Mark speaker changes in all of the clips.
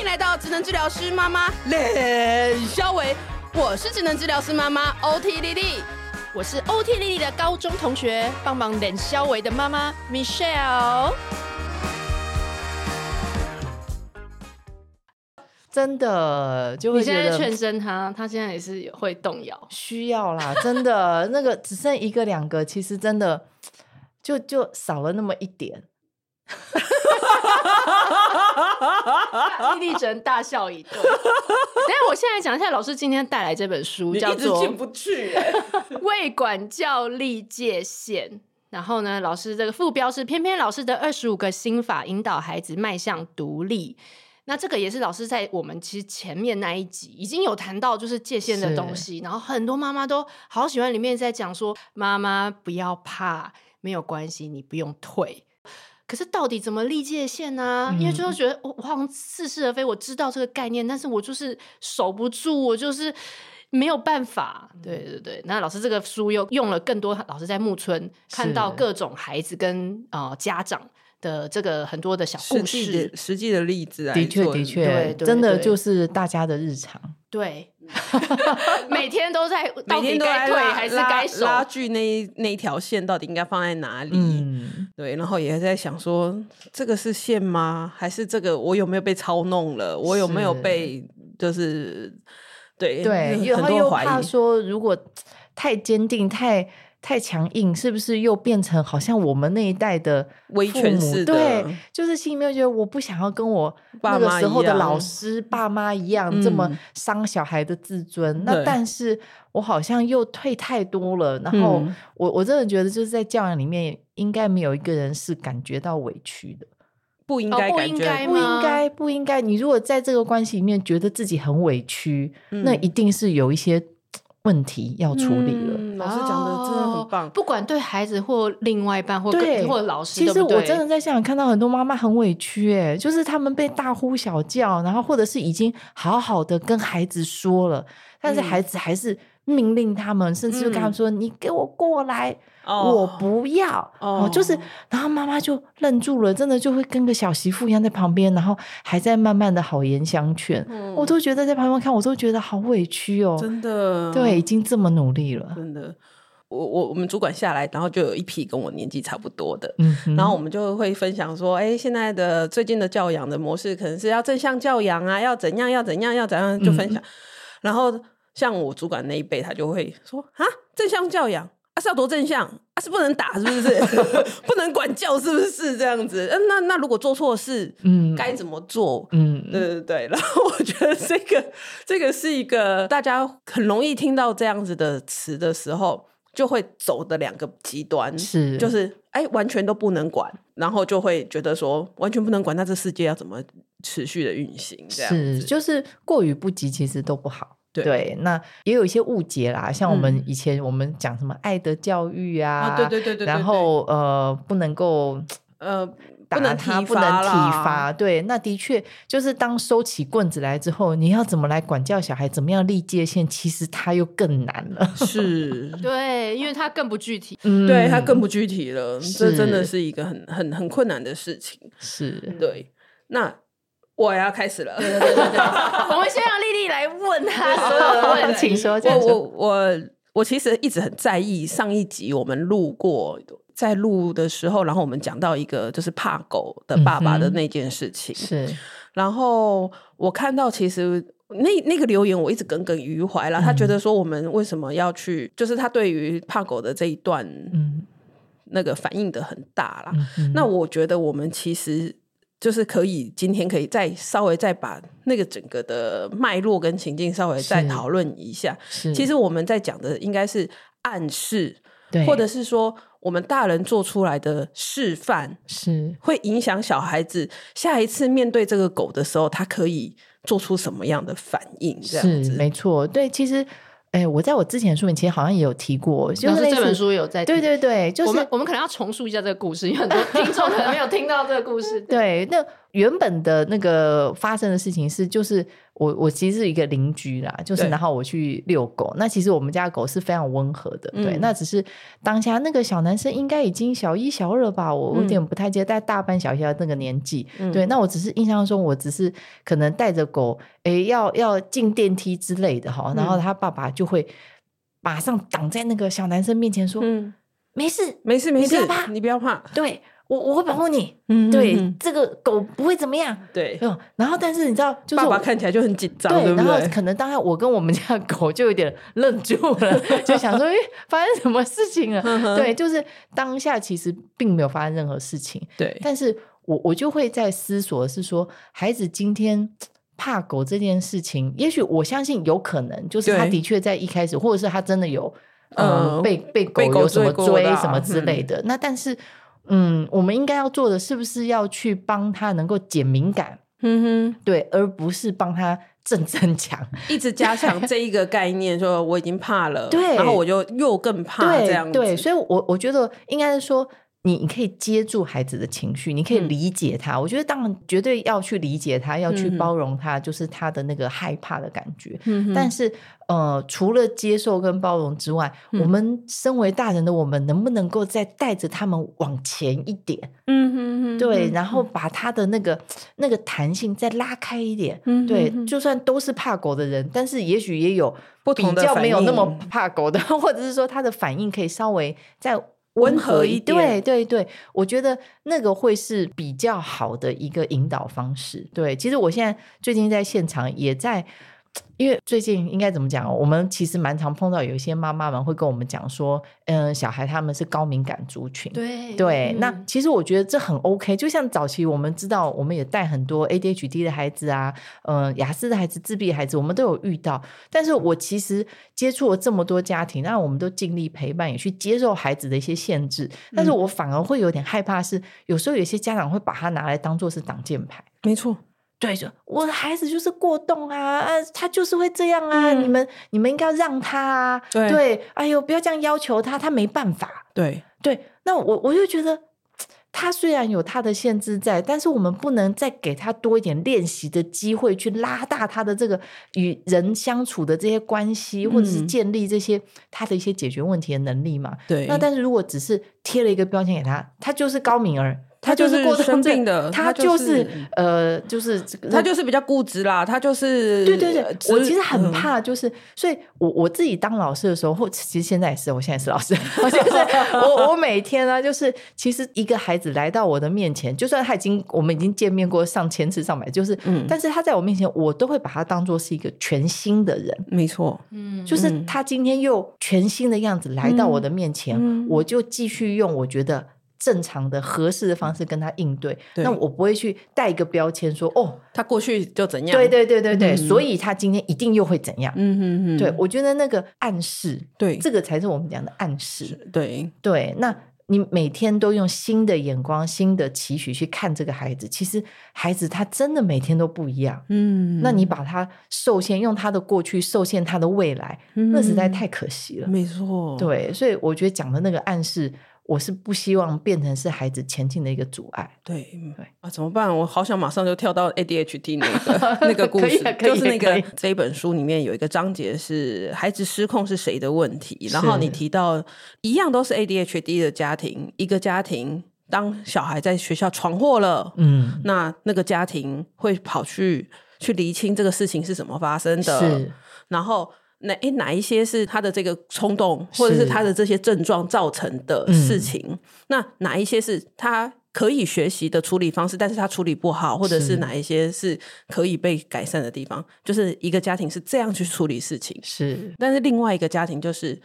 Speaker 1: 迎来到职能治疗师妈妈冷肖维，我是职能治疗师妈妈 OT 丽丽，
Speaker 2: 我是 OT 丽丽的高中同学，帮忙冷肖维的妈妈 Michelle。
Speaker 3: 真的就
Speaker 2: 你
Speaker 3: 会觉
Speaker 2: 现在
Speaker 3: 得
Speaker 2: 劝生他，他现在也是会动摇。
Speaker 3: 需要啦，真的那个只剩一个两个，其实真的就就少了那么一点。
Speaker 2: 丽丽只能大笑一顿。等一下，我现在讲一下老师今天带来这本书，
Speaker 4: 你
Speaker 2: 叫
Speaker 4: 一直
Speaker 2: 做
Speaker 4: 进不去、欸，
Speaker 2: 为管教立界限。然后呢，老师这个副标是“偏偏老师的二十五个心法引导孩子迈向独立”。那这个也是老师在我们其实前面那一集已经有谈到，就是界限的东西。然后很多妈妈都好喜欢里面在讲说，妈妈不要怕，没有关系，你不用退。可是到底怎么立界限呢、因为
Speaker 4: 嗯
Speaker 2: 最后觉得我我好像似是而非，我知道这个概念，但是我就是守不住，我就是没有办法。对
Speaker 4: 嗯
Speaker 2: 对对，那老师这个书又用了更多，老师在木村看到各种孩子跟呃家长的这个很多的小
Speaker 4: 实
Speaker 2: 故
Speaker 4: 际
Speaker 2: 事
Speaker 4: 的，实际的例子来
Speaker 3: 的确，
Speaker 4: 做
Speaker 3: 的
Speaker 2: 对
Speaker 3: 确，
Speaker 2: 对
Speaker 3: 真的
Speaker 2: 对
Speaker 3: 就是大家的日常。
Speaker 2: 对， 每天都在到
Speaker 4: 嗯 每
Speaker 2: 底
Speaker 4: 天都
Speaker 2: 该
Speaker 4: 在
Speaker 2: 退
Speaker 4: 拉
Speaker 2: 还是
Speaker 4: 拉
Speaker 2: 该守？
Speaker 4: 拉锯那一那一条线到底应该放在哪里？
Speaker 3: 嗯，
Speaker 4: 对，然后也在想说，这个是线吗？还是这个我有没有被操弄了？我有没有
Speaker 3: 是
Speaker 4: 被就是对
Speaker 3: 对，
Speaker 4: 就是
Speaker 3: 然
Speaker 4: 很
Speaker 3: 后
Speaker 4: 多
Speaker 3: 又
Speaker 4: 怀
Speaker 3: 怕
Speaker 4: 疑。
Speaker 3: 说如果太坚定、太太强硬，是不是又变成好像我们那一代的
Speaker 4: 威
Speaker 3: 父
Speaker 4: 权
Speaker 3: 母
Speaker 4: 式的
Speaker 3: 对，就是心里面觉得我不想要跟我
Speaker 4: 爸
Speaker 3: 那个
Speaker 4: 妈
Speaker 3: 时
Speaker 4: 一
Speaker 3: 候的
Speaker 4: 样
Speaker 3: 老师、爸妈一样、这么
Speaker 4: 嗯
Speaker 3: 伤小孩的自尊。那
Speaker 4: 对
Speaker 3: 但是我好像又退太多了，然后
Speaker 4: 嗯
Speaker 3: 我、我真的觉得就是在教养里面，应该没有一个人是感觉到委屈的。
Speaker 4: 不应
Speaker 2: 哦
Speaker 4: 该
Speaker 2: 不
Speaker 4: 感
Speaker 2: 应
Speaker 4: 觉
Speaker 2: 该
Speaker 3: 不
Speaker 2: 吗
Speaker 3: 应该，不应该。你如果在这个关系里面觉得自己很委屈，那
Speaker 4: 嗯
Speaker 3: 一定是有一些嘖问题要处理了。
Speaker 4: 嗯老师讲的真的
Speaker 2: 哦
Speaker 4: 很棒，
Speaker 2: 不管对孩子或另外一半或
Speaker 3: 对
Speaker 2: 或老师，
Speaker 3: 其实
Speaker 2: 对不
Speaker 3: 我
Speaker 2: 对
Speaker 3: 真的在现场看到很多妈妈很委屈、欸，就是他们被大呼小叫，然后或者是已经好好的跟孩子说了，
Speaker 2: 嗯
Speaker 3: 但是孩子还是命令他们，甚至就跟他们说：“你给我过来，我
Speaker 4: 哦，
Speaker 3: 不要。哦，就是
Speaker 4: 哦，
Speaker 3: 然后妈妈就愣住了，真的就会跟个小媳妇一样在旁边，然后还在慢慢的好言相劝。
Speaker 4: 嗯
Speaker 3: 我都觉得在旁边看，我都觉得好委屈哦。
Speaker 4: 真的
Speaker 3: 对，已经这么努力了，
Speaker 4: 真的，我我我们主管下来，然后就有一批跟我年纪差不多的，
Speaker 3: 嗯哼，
Speaker 4: 然后我们就会分享说，哎、现在的最近的教养的模式可能是要正向教养啊，要怎样，要怎样，要怎
Speaker 3: 嗯
Speaker 4: 样，就分享。然后像我主管那一辈，他就会说啊，正向教养啊是要多正向啊，是不能打是不 是？ 不能管教是不是这样子？嗯、那那如果做错事，
Speaker 3: 嗯
Speaker 4: 该怎么做？
Speaker 3: 嗯，
Speaker 4: 对对对， 然后我觉得这个这个是一个大家很容易听到这样子的词的时候，就会走的两个极端，
Speaker 3: 是
Speaker 4: 嗯就是哎、完全都不能管，然后就会觉得说完全不能管，那这世界要怎么持续的运行？这样
Speaker 3: 是，
Speaker 4: 子
Speaker 3: 就是过于不及，其实都不好。
Speaker 4: 对
Speaker 3: 那也有一些误解啦，像我们
Speaker 4: 嗯
Speaker 3: 以前我们讲什么爱的教育啊，
Speaker 4: 啊，对对对对对，
Speaker 3: 然后呃不能够
Speaker 4: 对呃，
Speaker 3: 打
Speaker 4: 不能
Speaker 3: 他，
Speaker 4: 体
Speaker 3: 不能体
Speaker 4: 啦
Speaker 3: 罚，对，那的确就是当收起棍子来之后，你要怎么来管教小孩，怎么样立界限，其实他又更难了。
Speaker 4: 是。
Speaker 2: 对，因为他更不具体。
Speaker 3: 嗯
Speaker 4: 对他更不具体了，这真的
Speaker 3: 是
Speaker 4: 是一个很很很困难的事情。
Speaker 3: 是
Speaker 4: 对，那我也要开始了。
Speaker 2: 我们先让丽丽来问 他 所有的问
Speaker 3: 请
Speaker 2: 题。
Speaker 3: 说，请
Speaker 4: 我我
Speaker 3: 说，
Speaker 4: 我我其实一直很在意上一集我们录过，在录的时候，然后我们讲到一个就是怕狗的爸爸的
Speaker 3: 嗯哼
Speaker 4: 那件事情，
Speaker 3: 是
Speaker 4: 然后我看到其实。那那个留言我一直耿耿于怀啦，他
Speaker 3: 嗯
Speaker 4: 觉得说我们为什么要去，就是他对于怕狗的这一段
Speaker 3: 嗯
Speaker 4: 那个反应的很大啦。
Speaker 3: 嗯哼，
Speaker 4: 那我觉得我们其实就是可以今天可以再稍微再把那个整个的脉络跟情境稍微再
Speaker 3: 是
Speaker 4: 讨论一下，
Speaker 3: 是
Speaker 4: 其实我们在讲的应该是暗示，
Speaker 3: 对，
Speaker 4: 或者是说我们大人做出来的示范，
Speaker 3: 是
Speaker 4: 会影响小孩子下一次面对这个狗的时候，他可以做出什么样的反应？这样
Speaker 3: 是
Speaker 4: 子，
Speaker 3: 没错，对，其实哎，我在我之前的书里其实好像也有提过，就
Speaker 2: 老师
Speaker 3: 是类
Speaker 2: 这本
Speaker 3: 似，
Speaker 2: 书有在
Speaker 3: 对对对，就
Speaker 2: 我
Speaker 3: 是
Speaker 2: 们我们可能要重述一下这个故事，因为很多听众可能没有听到这个故事。
Speaker 3: 对，那原本的那个发生的事情是，就是我我其实是一个邻居啦，就是
Speaker 4: 对
Speaker 3: 然后我去遛狗，那其实我们家的狗是非常温和的，对，
Speaker 4: 嗯
Speaker 3: 那只是当下那个小男生应该已经小一小二了吧，我有点不太记得，在大班小一小二那个年纪，
Speaker 4: 嗯
Speaker 3: 对，那我只是印象中，我只是可能带着狗，诶，要要进电梯之类的哈，
Speaker 4: 嗯
Speaker 3: 然后他爸爸就会马上挡在那个小男生面前说，
Speaker 4: 嗯，
Speaker 3: 没事，
Speaker 4: 没事没
Speaker 3: 你不
Speaker 4: 事
Speaker 3: 要怕，
Speaker 4: 你不要怕，
Speaker 3: 对我我会保护你，
Speaker 4: 嗯
Speaker 3: 对，
Speaker 4: 嗯
Speaker 3: 这个狗不会怎么样。
Speaker 4: 对，
Speaker 3: 嗯，然后但是你知道，就是
Speaker 4: 爸
Speaker 3: 我
Speaker 4: 爸看起来就很紧张，
Speaker 3: 对，
Speaker 4: 对不
Speaker 3: 然后
Speaker 4: 对？
Speaker 3: 可能当然我跟我们家的狗就有点愣住了，就想说，哎，发生什么事情了？
Speaker 4: 嗯哼
Speaker 3: 对，就是当下其实并没有发生任何事情，
Speaker 4: 对，
Speaker 3: 但是我我就会在思索的是说，孩子今天。怕狗这件事情，也许我相信有可能，就是他
Speaker 4: 对
Speaker 3: 的确在一开始，或者是他真的有，嗯，
Speaker 4: 嗯
Speaker 3: 被被狗
Speaker 4: 被狗
Speaker 3: 有什么
Speaker 4: 追过
Speaker 3: 追
Speaker 4: 的啊
Speaker 3: 什么之类的。那但是，嗯，我们应该要做的是不是要去帮他能够减敏感，
Speaker 4: 嗯
Speaker 3: 对，而不是帮他正 增强。
Speaker 4: 哼，一直加强这一个概念，说我已经怕了，
Speaker 3: 对
Speaker 4: 然后我就又更怕
Speaker 3: 对
Speaker 4: 这样子，
Speaker 3: 对，所以我我觉得应该是说。你你可以接住孩子的情绪，你可以
Speaker 4: 嗯
Speaker 3: 理解他。我觉得当然绝对要去理解他，要去
Speaker 4: 嗯哼
Speaker 3: 包容他，就是他的那个害怕的感觉。
Speaker 4: 嗯哼
Speaker 3: 但是呃，除了接受跟包容之外，
Speaker 4: 嗯
Speaker 3: 我们身为大人的我们，能不能够再带着他们往前一点？
Speaker 4: 嗯哼哼，
Speaker 3: 对，
Speaker 4: 嗯
Speaker 3: 然后把他的那个那个弹性再拉开一点。
Speaker 4: 嗯
Speaker 3: 对
Speaker 4: 哼，哼
Speaker 3: 就算都是怕狗的人，但是也许也有
Speaker 4: 不
Speaker 3: 比
Speaker 4: 同的
Speaker 3: 较
Speaker 4: 反
Speaker 3: 没有那么
Speaker 4: 应
Speaker 3: 怕狗的， 或者是说他的反应可以稍微再
Speaker 4: 温和一
Speaker 3: 对
Speaker 4: 点
Speaker 3: 对对，我觉得那个会是比较好的一个引导方式。对，其实我现在最近在现场也在。因为最近应该怎么讲哦？我们其实蛮常碰到有一些妈妈们会跟我们讲说，嗯、小孩他们是高敏感族 群，
Speaker 2: 对
Speaker 3: 对，
Speaker 2: 嗯
Speaker 3: 那其实我觉得这很 OK。就像早期我们知道，我们也带很多 ADHD 的孩子啊，呃，雅思的孩子、自闭的孩子，我们都有遇到。但是我其实接触了这么多家庭，那我们都尽力陪伴，也去接受孩子的一些限制。但是我反而会有点害怕是，有时候有些家长会把它拿来当做是挡箭牌。
Speaker 4: 没错，
Speaker 3: 对，就我的孩子就是过动啊，啊，他就是会这样啊，你们你们应该要让他啊，
Speaker 4: 对
Speaker 3: 对，哎呦，不要这样要求他，他没办法。啊
Speaker 4: 对，
Speaker 3: 对，那我我就觉得，他虽然有他的限制在，但是我们不能再给他多一点练习的机会，去拉大他的这个与人相处的这些关系，或者是
Speaker 4: 嗯
Speaker 3: 建立这些他的一些解决问题的能力嘛。
Speaker 4: 对，
Speaker 3: 那但是如果只是贴了一个标签给他，他就是高敏儿，
Speaker 4: 他
Speaker 3: 就
Speaker 4: 就是是
Speaker 3: 过动
Speaker 4: 生
Speaker 3: 症
Speaker 4: 病的
Speaker 3: 他
Speaker 4: 他
Speaker 3: 就
Speaker 4: 就是是
Speaker 3: 呃，就是这个
Speaker 4: 他就是比较固执啦，他就是
Speaker 3: 对对对，我
Speaker 4: 只
Speaker 3: 其实很
Speaker 4: 嗯
Speaker 3: 怕，就是、所以我，我自己当老师的时候，或其实现在也是，我现在是老师， 我就是我我每天呢、就是其实一个孩子来到我的面前，就算他已经我们已经见面过上千次上百，就是，
Speaker 4: 嗯
Speaker 3: 但是他在我面前，我都会把他当做是一个全新的人，
Speaker 4: 没错，
Speaker 2: 嗯
Speaker 3: 就是
Speaker 4: 嗯
Speaker 3: 他今天又全新的样子来到我的面前，
Speaker 4: 嗯嗯
Speaker 3: 我就继续用我觉得正常的、合适的方式跟他应对，
Speaker 4: 对
Speaker 3: 那我不会去带一个标签说哦。
Speaker 4: 他过去就怎样，
Speaker 3: 对，对对对对，
Speaker 4: 嗯
Speaker 3: 所以他今天一定又会怎样？
Speaker 4: 嗯哼哼，
Speaker 3: 对，我觉得那个暗示，
Speaker 4: 对
Speaker 3: 这个才是我们讲的暗示。
Speaker 4: 对，
Speaker 3: 对，那你每天都用新的眼光、新的期许去看这个孩子，其实孩子他真的每天都不一样。
Speaker 4: 嗯
Speaker 3: 那你把他受限，用他的过去受限他的未来，那实在太可惜了。
Speaker 4: 嗯没错，，
Speaker 3: 对，所以我觉得讲的那个暗示，我是不希望变成是孩子前进的一个阻碍。
Speaker 4: 对，嗯
Speaker 3: 对
Speaker 4: 啊，怎么办？我好想马上就跳到 ADHD 那 个那个故
Speaker 3: 可以
Speaker 4: 事
Speaker 3: 啊，可以
Speaker 4: 就是那
Speaker 3: 可
Speaker 4: 个
Speaker 3: 以
Speaker 4: 这一本书里面有一个章节是孩子失控是谁的问题，然后
Speaker 3: 是
Speaker 4: 你提到一样都是 ADHD 的家庭，一个家庭当小孩在学校闯祸了，
Speaker 3: 嗯，
Speaker 4: 那那个家庭会跑去去厘清这个事情是怎么发生的，
Speaker 3: 是，
Speaker 4: 然后哪诶哪一些是他的这个冲动，或者
Speaker 3: 是嗯
Speaker 4: 是他的这些症状造成的事情？那哪一些是他可以学习的处理方式，但是他处理不好，或者
Speaker 3: 是
Speaker 4: 是哪一些是可以被改善的地方？就是一个家庭是这样去处理事情，
Speaker 3: 是，
Speaker 4: 但是另外一个家庭就是。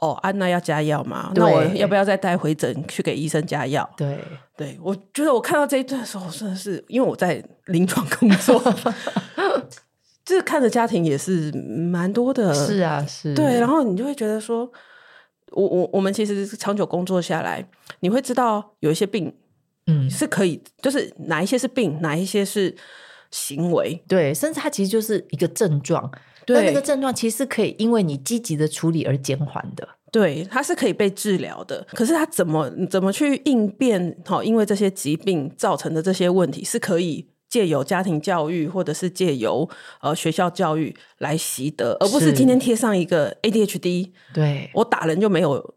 Speaker 4: 哦，安、娜要加药吗？
Speaker 3: 对
Speaker 4: 那我要不要再带回诊去给医生加药？
Speaker 3: 对，
Speaker 4: 对，我觉得我看到这一段的时候，我真的是因为我在临床工作，就是看的家庭也是蛮多的，
Speaker 3: 是啊，是，
Speaker 4: 呃对，然后你就会觉得说，我我我们其实长久工作下来，你会知道有一些病
Speaker 3: 嗯，
Speaker 4: 是可以，就是哪一些是病，哪一些是行为，
Speaker 3: 对，甚至它其实就是一个症状，那那个症状其实是可以因为你积极的处理而减缓的。
Speaker 4: 对，它是可以被治疗的，可是它怎么怎么去应变？好、因为这些疾病造成的这些问题是可以借由家庭教育或者是借由呃学校教育来习得，而不是
Speaker 3: 是
Speaker 4: 今天贴上一个 ADHD，
Speaker 3: 对，
Speaker 4: 我打人就没有。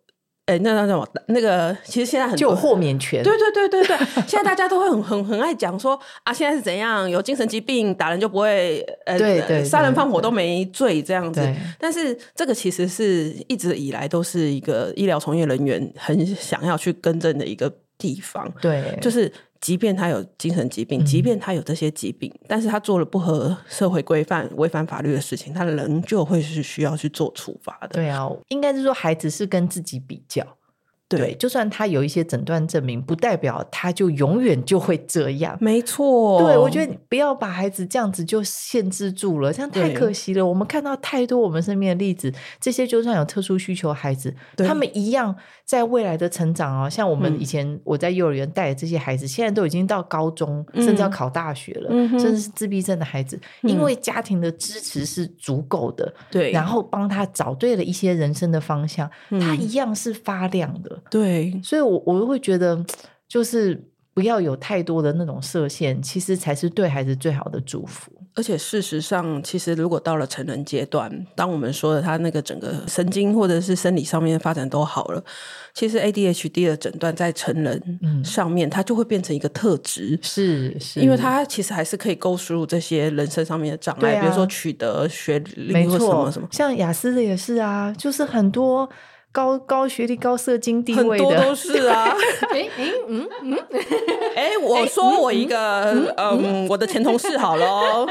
Speaker 4: 哎、那那那我那个，其实现在很
Speaker 3: 就
Speaker 4: 多
Speaker 3: 有豁免权。
Speaker 4: 对对对对对，现在大家都会很很很爱讲说啊，现在是怎样有精神疾病打人就不会呃，
Speaker 3: 对对对
Speaker 4: 杀人放火都没罪这样子
Speaker 3: 对。
Speaker 4: 但是这个其实是一直以来都是一个医疗从业人员很想要去更正的一个地方，
Speaker 3: 对，嗯
Speaker 4: 就是。即便他有精神疾病，即便他有这些疾病，但是他做了不合社会规范、违反法律的事情，他仍旧会是需要去做处罚的。
Speaker 3: 对啊，应该是说孩子是跟自己比较。对，就算他有一些诊断证明，不代表他就永远就会这样。
Speaker 4: 没错。
Speaker 3: 对，我觉得你不要把孩子这样子就限制住了，这样太
Speaker 4: 对
Speaker 3: 可惜了。我们看到太多我们身边的例子，这些就算有特殊需求的孩子，
Speaker 4: 对
Speaker 3: 他们一样在未来的成长哦。像我们
Speaker 4: 嗯
Speaker 3: 以前我在幼儿园带的这些孩子，现在都已经到高中，
Speaker 4: 嗯
Speaker 3: 甚至要考大学了，
Speaker 4: 嗯哼
Speaker 3: 甚至是自闭症的孩子，因
Speaker 4: 嗯
Speaker 3: 为家庭的支持是足够的，
Speaker 4: 对，嗯
Speaker 3: 然后帮他找对了一些人生的方向，他一样是发亮的。
Speaker 4: 对，
Speaker 3: 所以我，我会觉得，就是不要有太多的那种设限，其实才是对孩子最好的祝福。
Speaker 4: 而且事实上，其实如果到了成人阶段，当我们说的他那个整个神经或者是生理上面的发展都好了，其实 ADHD 的诊断在成人
Speaker 3: 嗯
Speaker 4: 上面，它就会变成一个特质。
Speaker 3: 是是
Speaker 4: 因为它其实还是可以勾输入这些人生上面的障碍，
Speaker 3: 对啊
Speaker 4: 比如说取得学历
Speaker 3: 没
Speaker 4: 或什
Speaker 3: 错
Speaker 4: 么什么，，
Speaker 3: 像雅思的也是啊，就是很多高高学历、高社经地
Speaker 4: 很
Speaker 3: 位
Speaker 4: 多都
Speaker 3: 的，
Speaker 4: 是啊。
Speaker 2: 哎哎嗯嗯，
Speaker 4: 哎、我说我一个，嗯，我的前同事好了哦，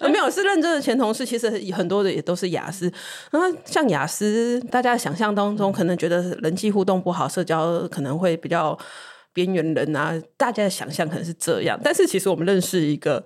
Speaker 4: 呃没有是认真的前同事，其实很多的也都是雅思。那像雅思，大家想象当中可能觉得人际互动不好，社交可能会比较边缘人啊，大家的想象可能是这样。但是其实我们认识一个。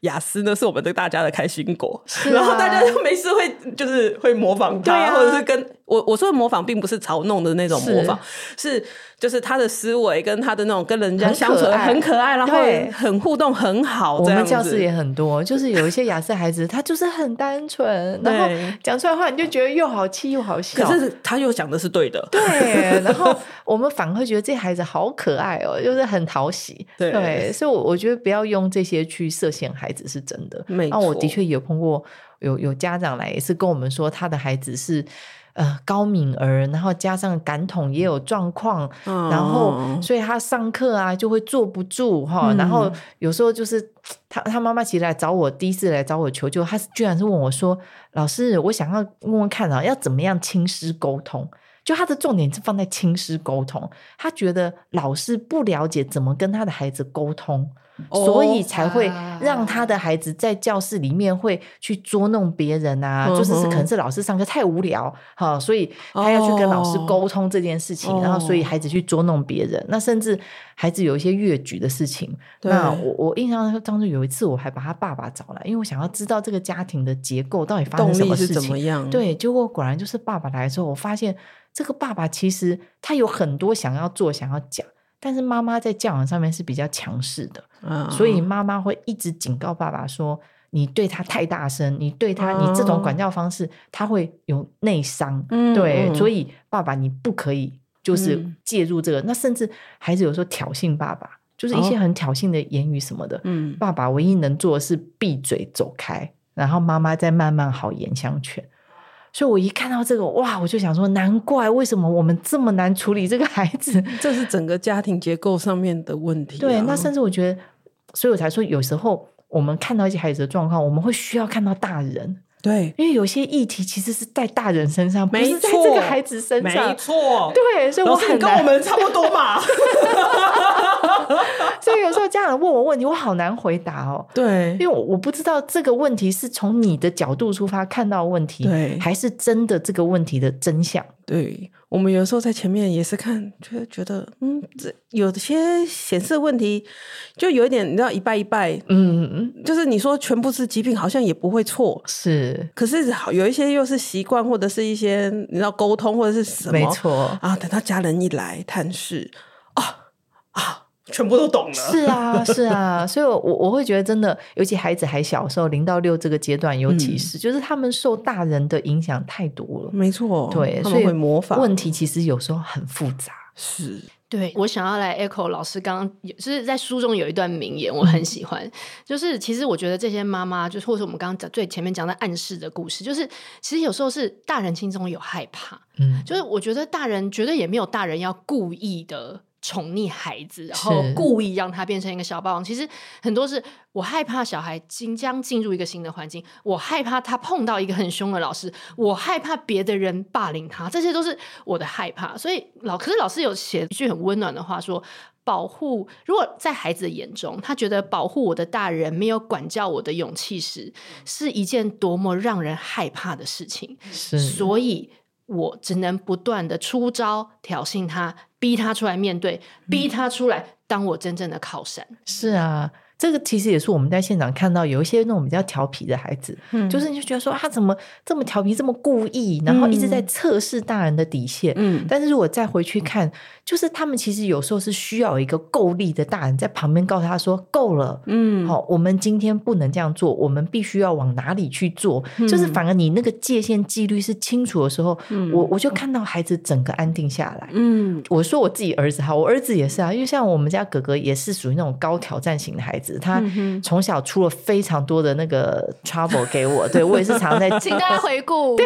Speaker 4: 雅思呢是我们的大家的开心果，
Speaker 3: 是
Speaker 4: 然后
Speaker 3: 啊
Speaker 4: 大家都没事会就是会模仿他，
Speaker 3: 对啊
Speaker 4: 或者是跟我我说的模仿并不是嘲弄的那种模
Speaker 3: 是
Speaker 4: 仿，是就是他的思维跟他的那种跟人家
Speaker 3: 很
Speaker 4: 相处
Speaker 3: 可
Speaker 4: 的
Speaker 3: 爱
Speaker 4: 很可爱，然后
Speaker 3: 对
Speaker 4: 很互动很好，
Speaker 3: 我
Speaker 4: 这样
Speaker 3: 们
Speaker 4: 子
Speaker 3: 教室也很多，就是有一些雅思孩子，他就是很单纯，然
Speaker 4: 对
Speaker 3: 后讲出来话你就觉得又好气又好笑。
Speaker 4: 可是他又讲的是对的，
Speaker 3: 对，然后我们反而会觉得这孩子好可爱哦，就是很讨喜。
Speaker 4: 对
Speaker 3: 所以我我觉得不要用这些去设限孩子是真的。
Speaker 4: 没
Speaker 3: 那我
Speaker 4: 错
Speaker 3: 的确有碰过有有家长来也是跟我们说，他的孩子是。呃，高敏儿，然后加上感统也有状况，
Speaker 4: 嗯
Speaker 3: 然后所以他上课啊就会坐不住哈，
Speaker 4: 嗯
Speaker 3: 然后有时候就是他他妈妈其实来找我，第一次来找我求救，他是居然是问我说，老师，我想要问问看啊，要怎么样亲师沟通？就他的重点是放在亲师沟通，他觉得老师不了解怎么跟他的孩子沟通，
Speaker 4: 哦
Speaker 3: 所以才会
Speaker 2: 啊
Speaker 3: 让他的孩子在教室里面会去捉弄别人啊，
Speaker 4: 嗯哼
Speaker 3: 就是是可能是老师上课太无聊哈、所以他要去跟老师
Speaker 4: 哦
Speaker 3: 沟通这件事情，
Speaker 4: 哦
Speaker 3: 然后所以孩子去捉弄别人，那甚至孩子有一些越矩的事情，
Speaker 4: 对
Speaker 3: 那我我印象当中有一次我还把他爸爸找来，因为我想要知道这个家庭的结构到底发
Speaker 4: 动
Speaker 3: 生什
Speaker 4: 力
Speaker 3: 么
Speaker 4: 是
Speaker 3: 事
Speaker 4: 怎
Speaker 3: 情
Speaker 4: 么。样？
Speaker 3: 对，结果果然就是爸爸来的时候，我发现这个爸爸其实他有很多想要做、想要讲，但是妈妈在教养上面是比较强势的，
Speaker 4: 啊，
Speaker 3: 所以妈妈会一直警告爸爸说：“你对他太大声，你对他你这种管教方式，他会有内伤。
Speaker 4: 嗯
Speaker 3: 对，
Speaker 4: 嗯
Speaker 3: 所以爸爸你不可以就是
Speaker 4: 嗯
Speaker 3: 介入这个。那甚至孩子有时候挑衅爸爸，就是一些
Speaker 4: 哦
Speaker 3: 很挑衅的言语什么的。
Speaker 4: 嗯，
Speaker 3: 爸爸唯一能做的是闭嘴走开，然后妈妈再慢慢好言相劝。所以我一看到这个，哇，我就想说，难怪为什么我们这么难处理这个孩子。
Speaker 4: 这是整个家庭结构上面的问题啊。
Speaker 3: 对，那甚至我觉得，所以我才说，有时候我们看到一些孩子的状况，我们会需要看到大人，
Speaker 4: 对，
Speaker 3: 因为有些议题其实是在大人身上，不
Speaker 4: 没
Speaker 3: 是在这
Speaker 4: 错
Speaker 3: 个孩子身上。
Speaker 4: 错，
Speaker 3: 对，所以我
Speaker 4: 老师
Speaker 3: 很
Speaker 4: 你跟
Speaker 3: 难
Speaker 4: 我们差不多 嘛。
Speaker 3: 所以有时候家长问我问题，我好难回答哦。
Speaker 4: 对
Speaker 3: 因为我我不知道这个问题是从你的角度出发看到问题，
Speaker 4: 对
Speaker 3: 还是真的这个问题的真相？
Speaker 4: 对，我们有时候在前面也是看，就会觉得嗯，这有些显示问题就有一点，你知道一拜一拜，
Speaker 3: 嗯嗯，
Speaker 4: 就是你说全部是疾病，好像也不会错。
Speaker 3: 是
Speaker 4: 可是好有一些又是习惯，或者是一些你知道沟通，或者是什么，
Speaker 3: 没错，
Speaker 4: 啊。等到家人一来探视，啊啊，全部都懂了。
Speaker 3: 是啊，是啊，所以我，我我会觉得真的，尤其孩子还小的时候，零到六这个阶段，尤
Speaker 4: 嗯
Speaker 3: 其是、就是他们受大人的影响太多了，
Speaker 4: 没错，
Speaker 3: 对，
Speaker 4: 嗯
Speaker 3: 所
Speaker 4: 他们
Speaker 3: 以
Speaker 4: 会模仿。
Speaker 3: 问题其实有时候很复杂。
Speaker 4: 是
Speaker 2: 对我想要来 echo 老师刚刚有就是在书中有一段名言，我很喜欢，就是其实我觉得这些妈妈，就是或者我们刚刚讲最前面讲的暗示的故事，就是其实有时候是大人心中有害怕，
Speaker 3: 嗯，
Speaker 2: 就是我觉得大人绝对也没有大人要故意的宠溺孩子，然后
Speaker 3: 是
Speaker 2: 故意让他变成一个小霸王。其实很多是我害怕小孩即将进入一个新的环境，我害怕他碰到一个很凶的老师，我害怕别的人霸凌他，这些都是我的害怕。所以老可是老师有写一句很温暖的话说。保护，如果在孩子的眼中，他觉得保护我的大人没有管教我的勇气时，
Speaker 3: 嗯
Speaker 2: 是一件多么让人害怕的事情。
Speaker 3: 是
Speaker 2: 所以我只能不断的出招挑衅他，逼他出来面对，逼他出来当我真正的靠山。
Speaker 3: 是啊，这个其实也是我们在现场看到有一些那种比较调皮的孩子，
Speaker 4: 嗯
Speaker 3: 就是你就觉得说啊他怎么这么调皮，这么故意，然后一直在测试大人的底线。
Speaker 4: 嗯，
Speaker 3: 但是如果再回去看，就是他们其实有时候是需要有一个够力的大人在旁边告诉他说：“够了，
Speaker 4: 嗯
Speaker 3: 好、我们今天不能这样做，我们必须要往哪里去做。
Speaker 4: 嗯
Speaker 3: 就是反而你那个界限纪律是清楚的时候，我我就看到孩子整个安定下来。
Speaker 4: 嗯
Speaker 3: 我说我自己儿子哈，我儿子也是啊，因为像我们家哥哥也是属于那种高挑战型的孩子，他
Speaker 2: 嗯
Speaker 3: 从小出了非常多的那个 trouble 给我，对我也是常 常在
Speaker 2: 请大家回 顾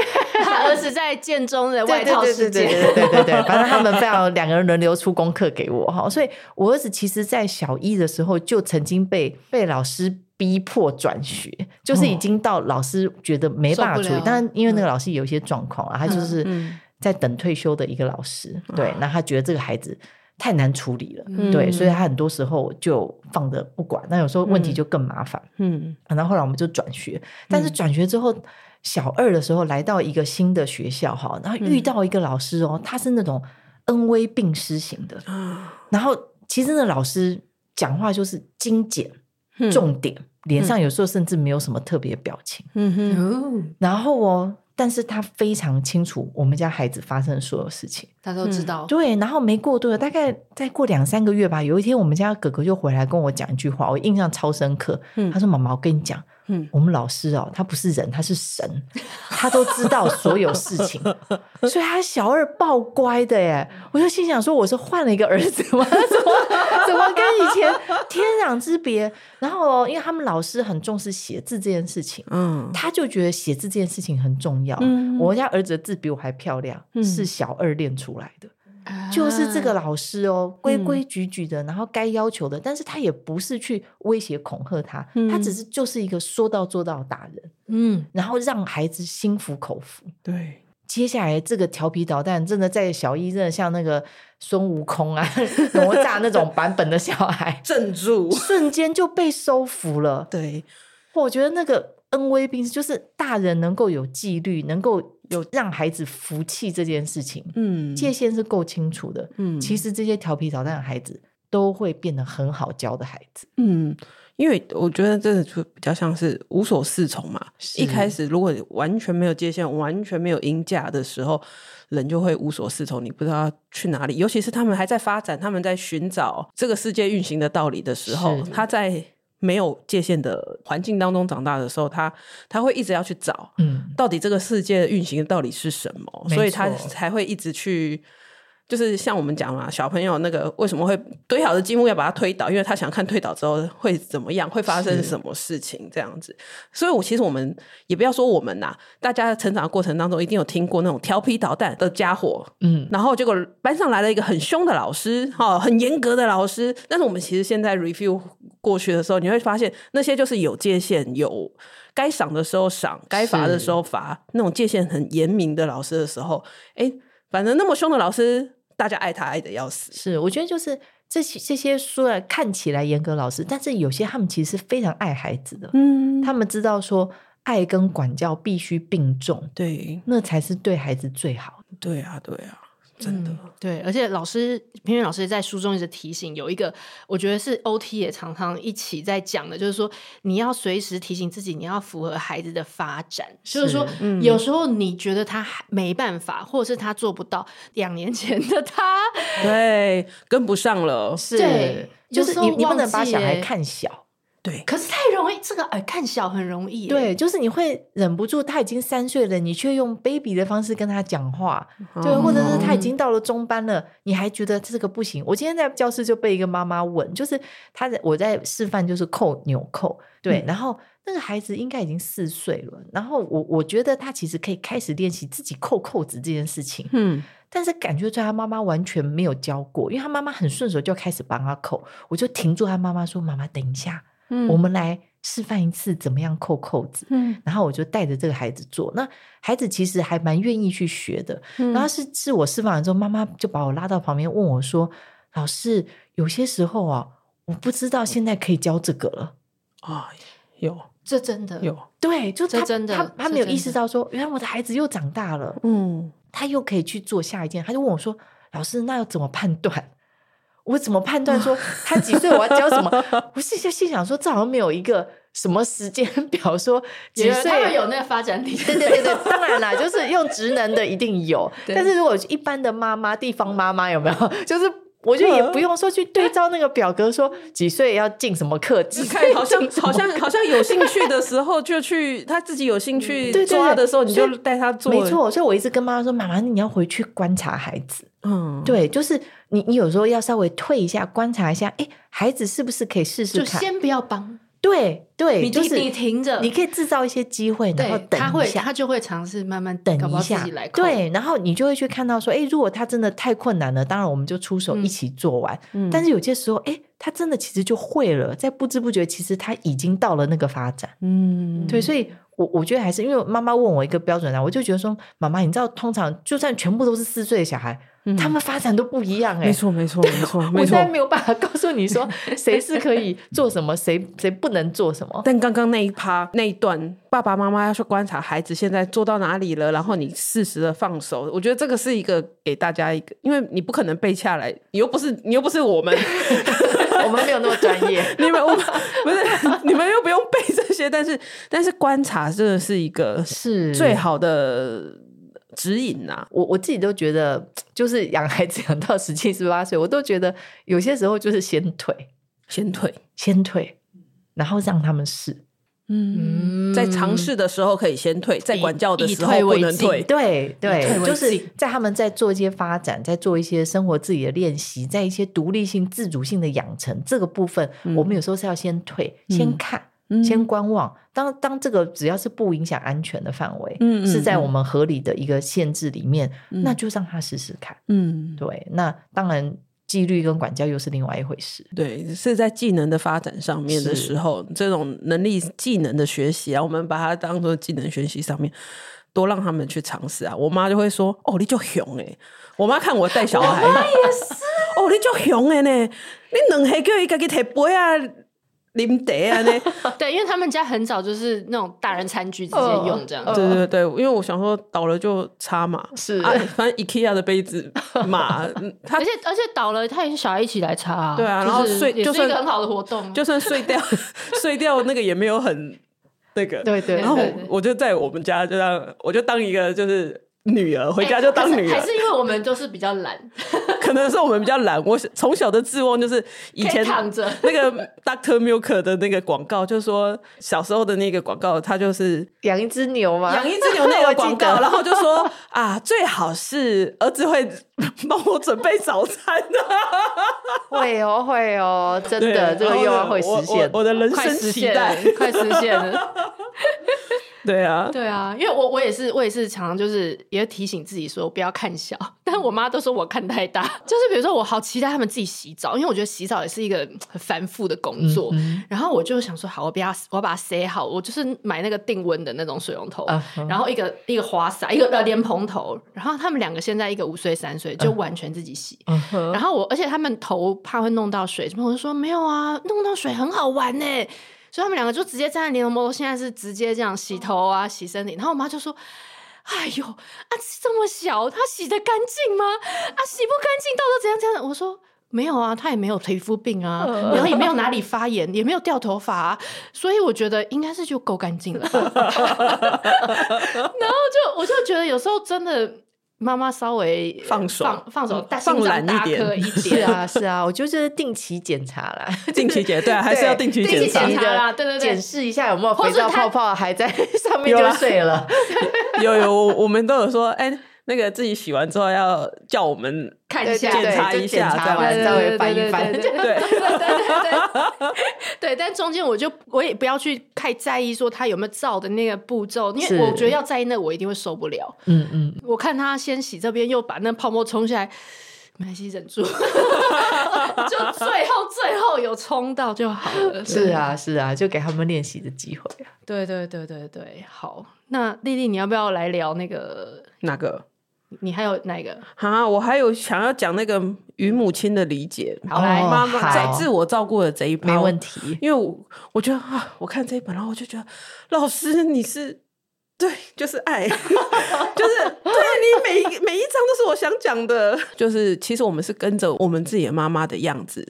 Speaker 2: 他儿子在剑中的外套事
Speaker 3: 对
Speaker 2: 件。
Speaker 3: 对对对对对对，反正他们非常两个人轮流出功课给我哈，所以我儿子其实，在小一的时候就曾经被被老师。逼迫转学，就是已经到老师觉得没办法
Speaker 2: 哦
Speaker 3: 处
Speaker 2: 受不
Speaker 3: 理
Speaker 2: 了，
Speaker 3: 当然因为那个老师有一些状况啊，他就是
Speaker 4: 嗯
Speaker 3: 在等退休的一个老师，
Speaker 2: 啊
Speaker 3: 对，那他觉得这个孩子太难处理了，
Speaker 4: 嗯
Speaker 3: 对，所以他很多时候就放着不管，那有时候问题就更麻烦。
Speaker 4: 嗯
Speaker 3: 然后后来我们就转学，但是转学之后，小二的时候来到一个新的学校哈，然后
Speaker 4: 嗯
Speaker 3: 遇到一个老师哦，他是那种恩威并施型的，
Speaker 4: 啊，
Speaker 3: 然后其实那老师讲话就是精简、
Speaker 4: 嗯
Speaker 3: 重点，脸上有时候甚至没有什么特别表情，
Speaker 4: 嗯哼，
Speaker 2: 哦，
Speaker 3: 然后哦。但是他非常清楚我们家孩子发生的所有事情，
Speaker 2: 他都知道。
Speaker 3: 对，然后没过多久，大概再过两三个月吧，有一天我们家哥哥就回来跟我讲一句话，我印象超深刻。
Speaker 4: 嗯
Speaker 3: 他说：“妈妈，我跟你讲，
Speaker 4: 嗯
Speaker 3: 我们老师哦，他不是人，他是神，他都知道所有事情， 所以他小二爆乖的耶。我就心想说，我是换了一个儿子吗？ 怎么怎么跟以前天壤之别？然后哦，因为他们老师很重视写字这件事情，
Speaker 4: 嗯
Speaker 3: 他就觉得写字这件事情很重要。
Speaker 4: 嗯
Speaker 3: 我家儿子的字比我还漂亮，
Speaker 4: 嗯
Speaker 3: 是小二练出来的。就是这个
Speaker 2: 啊
Speaker 3: 老师哦，规规矩矩的，然后该要求的，但是他也不是去威胁恐吓他，他只
Speaker 4: 嗯
Speaker 3: 是就是一个说到做到的大人，
Speaker 2: 嗯，
Speaker 3: 然后让孩子心服口服。
Speaker 4: 对，
Speaker 3: 接下来这个调皮捣蛋，真的在小一真的像那个孙悟空啊、 哪吒那种版本的小孩，
Speaker 4: 镇住，
Speaker 3: 瞬间就被收服了。
Speaker 4: 对，
Speaker 3: 我觉得那个恩威并施，就是大人能够有纪律，能够有让孩子服气这件事情，
Speaker 4: 嗯
Speaker 3: 界限是够清楚的。
Speaker 4: 嗯
Speaker 3: 其实这些调皮捣蛋的孩子都会变得很好教的孩子。
Speaker 4: 嗯，因为我觉得这就比较像是无所适从嘛。一开始如果你完全没有界限、完全没有音架的时候，人就会无所适从，你不知道去哪里。尤其是他们还在发展，他们在寻找这个世界运行的道理的时候，
Speaker 3: 是
Speaker 4: 他在没有界限的环境当中长大的时候，他他会一直要去找。
Speaker 3: 嗯，
Speaker 4: 到底这个世界运行的到底是什么，
Speaker 3: 没错
Speaker 4: 所以他才会一直去。就是像我们讲嘛，小朋友那个为什么会堆好的积木要把它推倒？因为他想看推倒之后会怎么样，会发生
Speaker 3: 是
Speaker 4: 什么事情这样子。所以，我其实我们也不要说我们呐、大家成长的过程当中一定有听过那种调皮捣蛋的家伙，
Speaker 3: 嗯，
Speaker 4: 然后结果班上来了一个很凶的老师，哈、很严格的老师。但是我们其实现在 review 过去的时候，你会发现那些就是有界限，有该赏的时候赏，该罚的时候罚，那种界限很严明的老师的时候，哎，反正那么凶的老师，大家爱他爱的要死。
Speaker 3: 是，我觉得就是这些这些虽然看起来严格老师，但是有些他们其实是非常爱孩子的，
Speaker 4: 嗯
Speaker 3: 他们知道说爱跟管教必须并重，
Speaker 4: 对
Speaker 3: 那才是对孩子最好的。
Speaker 4: 对啊，对啊，真的。
Speaker 2: 嗯对，而且老师平原老师在书中一直提醒，有一个我觉得是 OT 也常常一起在讲的，就是说你要随时提醒自己，你要符合孩子的发展。就是说，
Speaker 3: 嗯
Speaker 2: 有时候你觉得他还没办法，或者是他做不到，两年前的他，
Speaker 3: 嗯
Speaker 4: 对，跟不上了。
Speaker 2: 对
Speaker 3: 就
Speaker 2: 有
Speaker 3: 是
Speaker 2: 时候
Speaker 3: 你你不
Speaker 2: 忘
Speaker 3: 能把
Speaker 2: 记
Speaker 3: 小孩
Speaker 2: 耶
Speaker 3: 看小，
Speaker 4: 对，
Speaker 2: 可是太容易，这个呃看小很容易耶。
Speaker 3: 对，就是你会忍不住，他已经三岁了，你却用 baby 的方式跟他讲话，对，
Speaker 4: 哦
Speaker 3: 或者是他已经到了中班了，你还觉得这个不行。我今天在教室就被一个妈妈问，就是她在我在示范就是扣纽扣，
Speaker 4: 嗯
Speaker 3: 对，然后那个孩子应该已经四岁了，然后我我觉得他其实可以开始练习自己扣扣子这件事情，
Speaker 4: 嗯，
Speaker 3: 但是感觉出来他妈妈完全没有教过，因为他妈妈很顺手就开始帮他扣，我就停住他妈妈说：“妈妈，等一下，
Speaker 4: 嗯
Speaker 3: 我们来示范一次怎么样扣扣子。”
Speaker 4: 嗯，
Speaker 3: 然后我就带着这个孩子做，那孩子其实还蛮愿意去学的。
Speaker 4: 嗯
Speaker 3: 然后是是我示范完之后，妈妈就把我拉到旁边问我说：“老师，有些时候啊，我不知道现在可以教这个了。
Speaker 4: 啊，有
Speaker 2: 这真的
Speaker 4: 有，
Speaker 3: 对，就
Speaker 2: 这
Speaker 3: 他
Speaker 2: 真的
Speaker 3: 他他
Speaker 2: 这
Speaker 3: 没有
Speaker 2: 真
Speaker 3: 意识
Speaker 2: 的
Speaker 3: 到说，原来我的孩子又长大了。
Speaker 4: 嗯，
Speaker 3: 他又可以去做下一件，他就问我说：“老师，那要怎么判断？我怎么判 断说他几岁？我要教什么？”我心想心想说，这好像没有一个什么时间 表说几
Speaker 2: 有
Speaker 3: 岁
Speaker 2: 他们有那个发展力，
Speaker 3: 对对 对对，当然啦，就是用职能的一定有，
Speaker 2: 对
Speaker 3: 但是如果一般的妈妈、地方妈妈有没有？ 就是我觉得也不用说去对照那个表格说几岁要进什么课，几
Speaker 4: 你
Speaker 3: 岁
Speaker 4: 看，好像
Speaker 3: 进什么
Speaker 4: 好像好像有兴趣的时候就去，他自己有兴趣
Speaker 3: 嗯对对
Speaker 4: 抓的时候，你
Speaker 3: 所以
Speaker 4: 就带他做。
Speaker 3: 没，错，所以我一直跟妈妈说：“妈妈，你要回去观察孩子。”
Speaker 4: 嗯，
Speaker 3: 对，就是你，你有时候要稍微退一下，观察一下，哎，孩子是不是可以试试
Speaker 2: 就
Speaker 3: 看？
Speaker 2: 先不要帮，
Speaker 3: 对对，
Speaker 2: 你
Speaker 3: 就
Speaker 2: 你
Speaker 3: 是
Speaker 2: 你停着，
Speaker 3: 你可以制造一些机会，然后
Speaker 2: 对，
Speaker 3: 等
Speaker 2: 他
Speaker 3: 一
Speaker 2: 会
Speaker 3: 下，
Speaker 2: 他就会尝试慢慢搞
Speaker 3: 等
Speaker 2: 不好
Speaker 3: 一下
Speaker 2: 自己来，扣，
Speaker 3: 对，然后你就会去看到说，哎，如果他真的太困难了，当然我们就出手
Speaker 2: 嗯
Speaker 3: 一起做完。
Speaker 4: 嗯
Speaker 3: 但是有些时候，哎，他真的其实就会了，在不知不觉，其实他已经到了那个发展。
Speaker 4: 嗯，
Speaker 3: 对，所以我我觉得还是因为妈妈问我一个标准啊，我就觉得说，妈妈，你知道，通常就算全部都是四岁的小孩，
Speaker 4: 嗯
Speaker 3: 他们发展都不一样、诶
Speaker 4: 没错，没错，没错，
Speaker 3: 我
Speaker 4: 没
Speaker 3: 现
Speaker 4: 错
Speaker 3: 在。没有办法告诉你说谁是可以做什么，谁谁不能做什 么。
Speaker 4: 但刚刚那一趴那一段，爸爸妈妈要去观察孩子现在做到哪里了，然后你适时的放手，我觉得这个是一个给大家一个，因为你不可能背下来，你又不是你又不是 我们，
Speaker 3: 我们没有那么专业，
Speaker 4: 你们我们不是你们又不用背这些，但是但是观察真的是一个
Speaker 3: 是
Speaker 4: 最。好的指引啊呐、
Speaker 3: 我我自己都觉得，就是养孩子养到十七、十八岁，我都觉得有些时候就是先退，
Speaker 4: 先退，
Speaker 3: 先退，然后让他们试。
Speaker 4: 嗯，在尝试的时候可以先退，在管教的时候
Speaker 2: 以退
Speaker 4: 不
Speaker 2: 为
Speaker 4: 能
Speaker 2: 进
Speaker 4: 退。
Speaker 3: 对
Speaker 4: 退
Speaker 3: 对，
Speaker 4: 为
Speaker 3: 就是
Speaker 4: 进
Speaker 3: 在他们在做一些发展，在做一些生活自己的练习，在一些独立性、自主性的养成这个部分，我们有时候是要先退，先看。
Speaker 4: 嗯
Speaker 3: 先观望。当当这个只要是不影响安全的范围，
Speaker 4: 嗯嗯
Speaker 3: 是在我们合理的一个限制里面，那就让他试试看。
Speaker 4: 嗯，
Speaker 3: 对，那当然纪律跟管教又是另外一回事。
Speaker 4: 对，是在技能的发展上面
Speaker 3: 是
Speaker 4: 的时候，这种能力、技能的学习啊，我们把它当做技能学习上面，多让他们去尝试啊。我妈就会说：“哦，你就熊哎、 我妈看我带小孩，我也是。哦，你就熊哎呢，你两下叫伊家己摕杯啊，啉茶啊 呢。
Speaker 2: 对，因为他们家很早就是那种大人餐具直接用这样子，
Speaker 3: 哦
Speaker 4: 对对对，因为我想说倒了就擦嘛，
Speaker 3: 是
Speaker 4: 啊，反正 IKEA 的杯子 嘛，嗯它
Speaker 2: 而且而且倒了，他也是小孩一起来擦、啊，
Speaker 4: 对啊然后
Speaker 2: 就是
Speaker 4: 睡
Speaker 2: 也
Speaker 4: 就是
Speaker 2: 一
Speaker 4: 算
Speaker 2: 个很好的活动啊，
Speaker 4: 就算碎 掉碎掉那个也没有很那个。
Speaker 3: 对 对，
Speaker 4: 然后
Speaker 2: 对
Speaker 4: 我
Speaker 2: 对
Speaker 4: 我就在我们家就当我就当一个就是女儿，回家就当女
Speaker 2: 哎还是。
Speaker 4: 儿
Speaker 2: 还是因为我们都是比较懒，
Speaker 4: 可能是我们比较懒，我从小的志望就是以
Speaker 2: 可
Speaker 4: 前
Speaker 2: 以躺着
Speaker 4: 那个 Doctor Milk 的那个广告，就是说小时候的那个广告，它就是
Speaker 3: 养一只牛
Speaker 2: 啊
Speaker 3: 嘛，
Speaker 4: 养 一只牛那
Speaker 3: 我记
Speaker 4: 个广
Speaker 3: 得
Speaker 4: 告，然后就说啊，最好是儿子会帮我准备早餐的、
Speaker 3: 会哦会哦，真的这个
Speaker 4: 对然后
Speaker 3: 愿望
Speaker 4: 呢
Speaker 3: 会
Speaker 4: 我
Speaker 3: 实现
Speaker 4: 我。我的人
Speaker 2: 快
Speaker 4: 生
Speaker 2: 实
Speaker 4: 期
Speaker 2: 现了
Speaker 4: 待，，
Speaker 2: 快实现 了。
Speaker 4: 对啊，
Speaker 2: 对啊，因为我我也是我也是常常就是也提醒自己说不要看小， 但我妈都说我看太大。 就是比如说我好期待他们自己洗澡，因为我觉得洗澡也是一个嗯很繁复的工作。
Speaker 4: 嗯
Speaker 2: 然后我就想说，好，我不要，我要把它塞好，我就是买那个定温的那种水龙头，
Speaker 3: 啊哈
Speaker 2: 然后一个一个花洒，一个呃莲蓬头。然后他们两个现在一个五岁三岁，就完全自己洗。
Speaker 3: 嗯哼
Speaker 2: 然后我，而且他们头怕会弄到水，我就说没有啊，弄到水很好玩呢、所以他们两个就直接站在联盟摩托，现在是直接这样洗头啊、洗身体。然后我妈就说：“啊，哎呦啊，这么小，他洗得干净吗？啊，洗不干净，到时候怎样怎样？我说。没有啊，他也没有皮肤病 啊，然后也没有哪里发炎，也没有掉头发、啊，所以我觉得应该是就够干净了 吧。然后就我就觉得有时候真的妈妈稍微
Speaker 4: 放手
Speaker 2: 放放
Speaker 3: 嗯
Speaker 2: 手，大
Speaker 4: 放
Speaker 2: 心脏
Speaker 4: 懒一
Speaker 2: 大
Speaker 4: 点
Speaker 2: 颗一
Speaker 3: 是
Speaker 2: 点，
Speaker 3: 啊，是啊，我觉得就是定期检查啦，
Speaker 4: 定期检对啊，还是要定期
Speaker 2: 定期
Speaker 4: 检查
Speaker 2: 检。查啦
Speaker 3: 的
Speaker 2: 对对对
Speaker 3: 检视一下有没有
Speaker 2: 或
Speaker 3: 肥
Speaker 2: 是
Speaker 3: 皂
Speaker 2: 它
Speaker 3: 泡泡还在上面
Speaker 4: 有
Speaker 3: 就
Speaker 4: 啦
Speaker 3: 睡了。
Speaker 4: 有有，我我们都有说，哎、那个自己洗完之后要叫我 们
Speaker 2: 看一下
Speaker 4: 检查
Speaker 3: 对
Speaker 4: 一
Speaker 3: 就
Speaker 4: 下
Speaker 3: 检查
Speaker 4: 这样
Speaker 3: 完
Speaker 4: 子
Speaker 3: 稍微翻一翻。
Speaker 2: 对对对对对对对
Speaker 4: 对，
Speaker 2: 对， 但中间我就我也不要去太在意说他有没有照的那个步骤，因
Speaker 3: 是
Speaker 2: 为我觉得要在意那个我一定会受不了。
Speaker 3: 嗯嗯，
Speaker 2: 我看他先洗这边，又把那泡沫冲下来，没关系，忍 住， 就最后最后有冲到就好了。
Speaker 3: 是啊是啊，就给他们练习的机会啊。
Speaker 2: 对，对对对对对，好。那丽丽，你要不要来聊那个？
Speaker 4: 哪个？
Speaker 2: 你还有哪一个？
Speaker 4: 啊，我还有想要讲那个与母亲的理解，
Speaker 2: 好来
Speaker 3: 哦
Speaker 4: 妈妈在
Speaker 3: 好
Speaker 4: 自我照顾的这一趴，
Speaker 3: 没问题。
Speaker 4: 因为我我觉得啊，我看这一本，然后我就觉得，老师你是对，就是爱， 就是对你每一每一章都是我想讲的，就是其实我们是跟着我们自己的妈妈的样子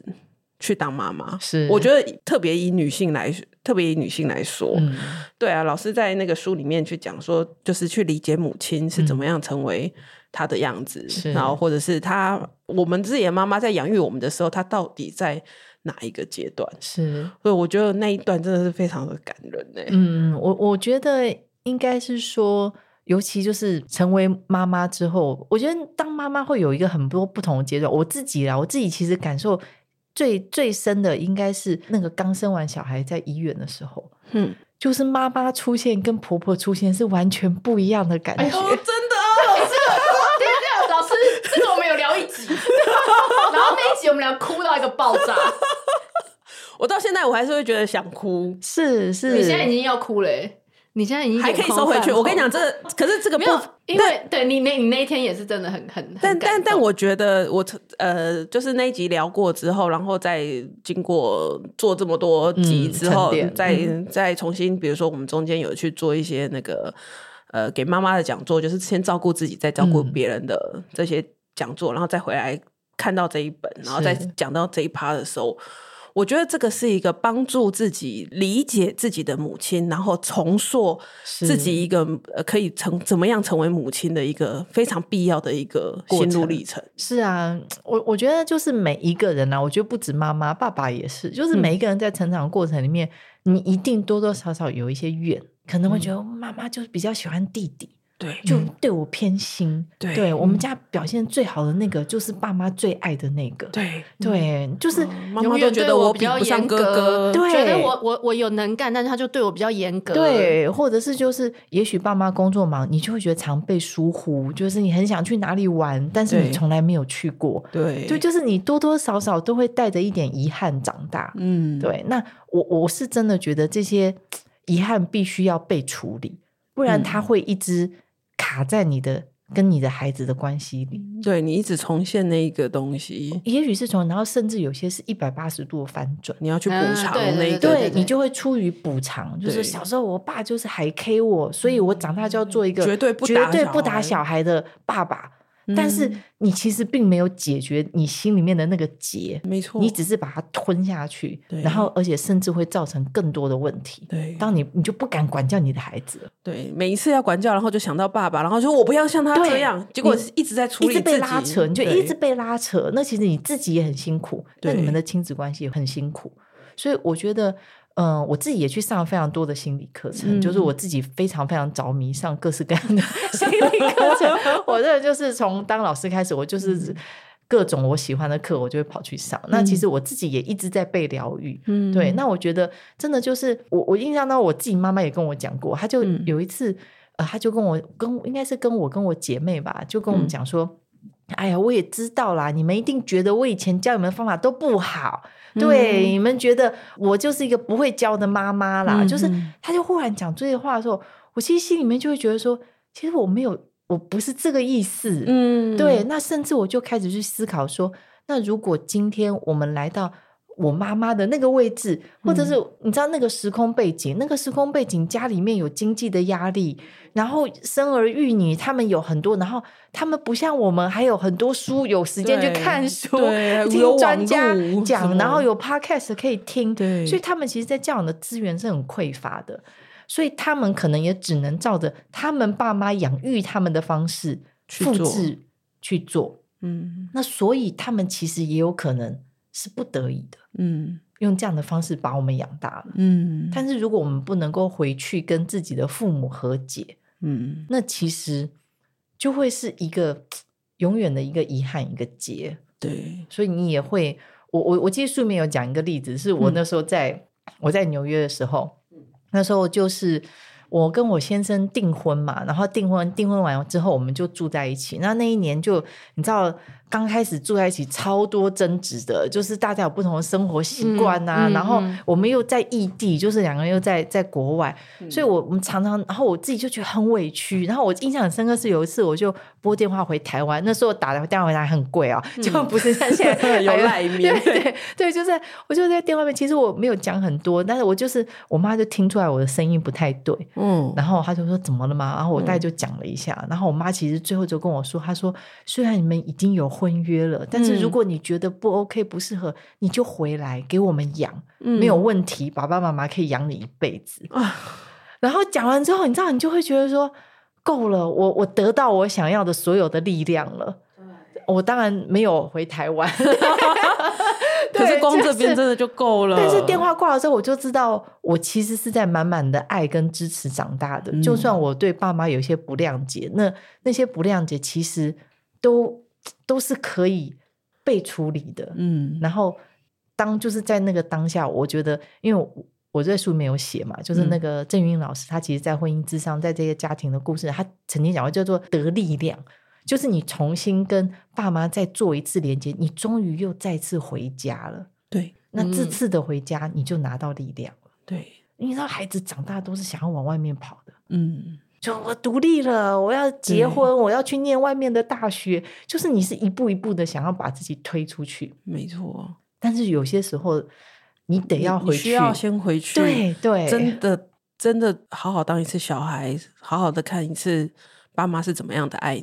Speaker 4: 去当妈妈，
Speaker 3: 是
Speaker 4: 我觉得特别以女性来，特别以女性来说，
Speaker 3: 嗯，
Speaker 4: 对啊，老师在那个书里面去讲说，就是去理解母亲是怎
Speaker 2: 嗯
Speaker 4: 么样成为她的样子，
Speaker 3: 是
Speaker 4: 然后或者是她我们自己的妈妈在养育我们的时候，她到底在哪一个阶段？
Speaker 3: 是
Speaker 4: 所以我觉得那一段真的是非常的感人欸呢、
Speaker 3: 嗯，我我觉得应该是说，尤其就是成为妈妈之后，我觉得当妈妈会有一个很多不同的阶段。我自己啦，我自己其实感受最最深的应该是那个刚生完小孩在医院的时候，
Speaker 4: 嗯，
Speaker 3: 就是妈妈出现跟婆婆出现是完全不一样的感
Speaker 2: 哎
Speaker 3: 觉。
Speaker 4: 哦 真的
Speaker 2: 对对，老师，这个我们有聊一集，然后那一集我们俩哭到一个爆炸，
Speaker 4: 我到现在我还是会觉得想哭，
Speaker 3: 是是，
Speaker 2: 你现在已经要哭了欸、你现在已经
Speaker 4: 还可以收回去。我跟你讲，，这可是这个
Speaker 2: 没
Speaker 4: 部
Speaker 2: 有
Speaker 4: 分，
Speaker 2: 因为对你那，你那一天也是真的很很，很
Speaker 4: 但
Speaker 2: 感
Speaker 4: 但
Speaker 2: 动
Speaker 4: 但我觉得我呃，就是那一集聊过之后，然后再经过做这么多集
Speaker 3: 嗯
Speaker 4: 之后，
Speaker 3: 沉淀嗯
Speaker 4: 再再重新，比如说我们中间有去做一些那个呃给妈妈的讲座，就是先照顾自己，再照顾
Speaker 3: 嗯
Speaker 4: 别人的这些讲座，然后再回来看到这一本，然后再
Speaker 3: 是
Speaker 4: 讲到这一趴的时候。我觉得这个是一个帮助自己理解自己的母亲，然后重塑自己一个呃可以成怎么样成为母亲的一个非常必要的一个
Speaker 3: 过
Speaker 4: 心
Speaker 3: 程
Speaker 4: 路历程。
Speaker 3: 是啊，我我觉得就是每一个人啊，我觉得不止妈妈、爸爸也是，就是
Speaker 4: 嗯
Speaker 3: 每一个人在成长过程里面，你一定多多少少有一些怨，可能会
Speaker 4: 嗯
Speaker 3: 觉得妈妈就是比较喜欢弟弟，
Speaker 4: 对，
Speaker 3: 就对我偏心。
Speaker 4: 嗯对嗯
Speaker 3: 我们家表现最好的那个就是爸妈最爱的那个。
Speaker 4: 对，嗯
Speaker 3: 对，就是
Speaker 4: 妈
Speaker 2: 永
Speaker 4: 妈
Speaker 2: 远
Speaker 4: 都
Speaker 2: 对
Speaker 4: 觉得
Speaker 2: 我
Speaker 4: 我
Speaker 2: 比
Speaker 4: 比
Speaker 2: 较
Speaker 4: 不上
Speaker 2: 严
Speaker 4: 哥
Speaker 2: 格
Speaker 4: 哥，
Speaker 3: 对
Speaker 2: 觉得我我我有能干，但是他就对我比较严格。，
Speaker 3: 对，或者是就是，也许爸妈工作忙，你就会觉得常被疏忽，就是你很想去哪里玩，但是你
Speaker 4: 对
Speaker 3: 从来没有去过。
Speaker 4: 对
Speaker 3: 对，就是你多多少少都会带着一点遗憾长大。
Speaker 4: 嗯，
Speaker 3: 对，那我我是真的觉得这些遗憾必须要被处理，不然
Speaker 4: 嗯
Speaker 3: 它会一直卡在你的跟你的孩子的关系里。
Speaker 4: 对你一直重现那一个东西，
Speaker 3: 也许是从，然后甚至有些是一百八十度的翻转。
Speaker 4: 你要去补
Speaker 2: 嗯
Speaker 4: 偿
Speaker 2: 对
Speaker 4: 那一
Speaker 2: 对
Speaker 4: 个
Speaker 3: 对你就会出于补偿，就是
Speaker 4: 对嗯
Speaker 3: 小时候我爸就是还 K 我，所以我长大就要做一个
Speaker 4: 绝对不
Speaker 3: 绝
Speaker 4: 打
Speaker 3: 对
Speaker 4: 小
Speaker 3: 不打
Speaker 4: 孩
Speaker 3: 小孩的爸爸。但是
Speaker 4: 嗯
Speaker 3: 你其实并没有解决你心里面的那个结，
Speaker 4: 没错，
Speaker 3: 你只是把它吞下去
Speaker 4: 对，
Speaker 3: 然后而且甚至会造成更多的问题。
Speaker 4: 对
Speaker 3: 当你你就不敢管教你的孩子了，
Speaker 4: 对每一次要管教，然后就想到爸爸，然后说我不要像他这
Speaker 3: 对
Speaker 4: 样，结果
Speaker 3: 你
Speaker 4: 是一直在处
Speaker 3: 一
Speaker 4: 理
Speaker 3: 直
Speaker 4: 自
Speaker 3: 被
Speaker 4: 己，
Speaker 3: 拉扯，你就
Speaker 4: 对
Speaker 3: 一 直被拉扯。那其实你自己也很辛苦，那你
Speaker 4: 对
Speaker 3: 们的亲子关系也很辛苦。所以我觉得，嗯、我自己也去上了非常多的心理课程，就是
Speaker 4: 嗯
Speaker 3: 我自己非常非常着迷上各式各样的 心理课 程。我这就是从当老师开始，我
Speaker 4: 嗯
Speaker 3: 就是。各种我喜欢的课，我就会跑去上。那其实我自己也一直在被疗愈，
Speaker 4: 嗯
Speaker 3: 对，那我觉得真的就是我，我印象到我自己妈妈也跟我讲过，她就
Speaker 4: 嗯
Speaker 3: 有一次，呃，她就跟我跟应该是跟我跟我姐妹吧，就跟我们
Speaker 4: 嗯
Speaker 3: 讲说。哎呀，我也知道啦，你们一定觉得我以前教你们的方法都不好，
Speaker 4: 嗯
Speaker 3: 对，你们觉得我就是一个不会教的妈妈啦。
Speaker 4: 嗯
Speaker 3: 就是
Speaker 4: 嗯
Speaker 3: 她就忽然讲这些话的时候，我其实心里面就会觉得说，其实我没有，我不是这个意思，
Speaker 4: 嗯
Speaker 3: 对，那甚至我就开始去思考说，那如果今天我们来到我妈妈的那个位置，或者是
Speaker 4: 嗯
Speaker 3: 你知道那个时空背景，那个时空背景家里面有经济的压力，然后生儿育女，他们有很多，然后他们不像我们还有很多书，有时间去
Speaker 4: 对
Speaker 3: 看书
Speaker 4: 对，有
Speaker 3: 听
Speaker 4: 网
Speaker 3: 专家
Speaker 4: 路什
Speaker 3: 讲，
Speaker 4: 么
Speaker 3: 然后有 podcast 可以听，
Speaker 4: 对
Speaker 3: 所以他们其实，在教养的资源是很匮乏的，所以他们可能也只能照着他们爸妈养育他们的方式
Speaker 4: 去
Speaker 3: 复
Speaker 4: 做
Speaker 3: 制去做，
Speaker 4: 嗯
Speaker 3: 那所以他们其实也有可能是不得已的。
Speaker 4: 嗯
Speaker 3: 用这样的方式把我们养大了。
Speaker 4: 嗯，
Speaker 3: 但是如果我们不能够回去跟自己的父母和解，
Speaker 4: 嗯
Speaker 3: 那其实就会是一个永远的一个遗憾，一个结。
Speaker 4: 对，
Speaker 3: 所以你也会，我我我记得书里面有讲一个例子，是我
Speaker 2: 嗯
Speaker 3: 那时候在、我在纽约的时候，那时候就是。我跟我先生订婚嘛，然后订婚订婚完之后，我们就住在一起。那那一年就你知道，刚开始住在一起超多争执的，就是大家有不同的生活习惯呐、
Speaker 2: 嗯嗯
Speaker 3: 然后
Speaker 2: 嗯
Speaker 3: 我们又在异地，就是两个人又在在国外，所以我我们常常，然后我自己就觉得很委屈。然后我印象很深刻是有一次，我就拨电话回台湾，那时候打的电话回来很贵啊，就不是像现在
Speaker 4: 有
Speaker 3: 还
Speaker 4: 赖面
Speaker 3: 对对对，就是我就在电话里面，其实我没有讲很多，但是我就是我妈就听出来我的声音不太对，
Speaker 4: 嗯
Speaker 3: 然后她就说怎么了嘛，然后我大概就讲了一下，然后我妈其实最后就跟我说，她说虽然你们已经有婚约了，但是如
Speaker 2: 嗯
Speaker 3: 果你觉得不 OK 不适合，你就回来给我们养，
Speaker 4: 嗯
Speaker 3: 没有问题，爸爸妈妈可以养你一辈子。
Speaker 4: 啊，
Speaker 3: 然后讲完之后，你知道，你就会觉得说，够了，我我得到我想要的所有的力量了。我当然没有回台 湾，
Speaker 4: 可是
Speaker 3: 对
Speaker 4: 光
Speaker 3: 就
Speaker 4: 这边
Speaker 3: 是
Speaker 4: 真的就够了。
Speaker 3: 但是电话挂了之后，我就知道我其实是在满满的爱跟支持长大的。就
Speaker 4: 嗯
Speaker 3: 算我对爸妈有一些不谅解，那那些不谅解其实都都是可以被处理的。
Speaker 4: 嗯，
Speaker 3: 然后当就是在那个当下，我觉得，因为我我这书没有写嘛，就是那
Speaker 4: 嗯
Speaker 3: 个郑云老师，他其实在婚姻之上，在这些家庭的故事，他曾经讲过叫做得力量，就是你重新跟爸妈再做一次连接，你终于又再次回家了。
Speaker 4: 对
Speaker 3: 那这
Speaker 2: 嗯
Speaker 3: 次的回家，你就拿到力量了。
Speaker 4: 对，
Speaker 3: 你知道，孩子长大都是想要往外面跑的。
Speaker 4: 嗯
Speaker 3: 就我独立了，我要结
Speaker 4: 对
Speaker 3: 婚，我要去念外面的大学，就是你是一步一步的想要把自己推出去。
Speaker 4: 没错，
Speaker 3: 但是有些时候你得要
Speaker 4: 你
Speaker 3: 回
Speaker 4: 你需
Speaker 3: 去，
Speaker 4: 要先回去，
Speaker 3: 对对，
Speaker 4: 真的真的好好当一次小孩，好好的看一次爸妈是怎么样的爱你。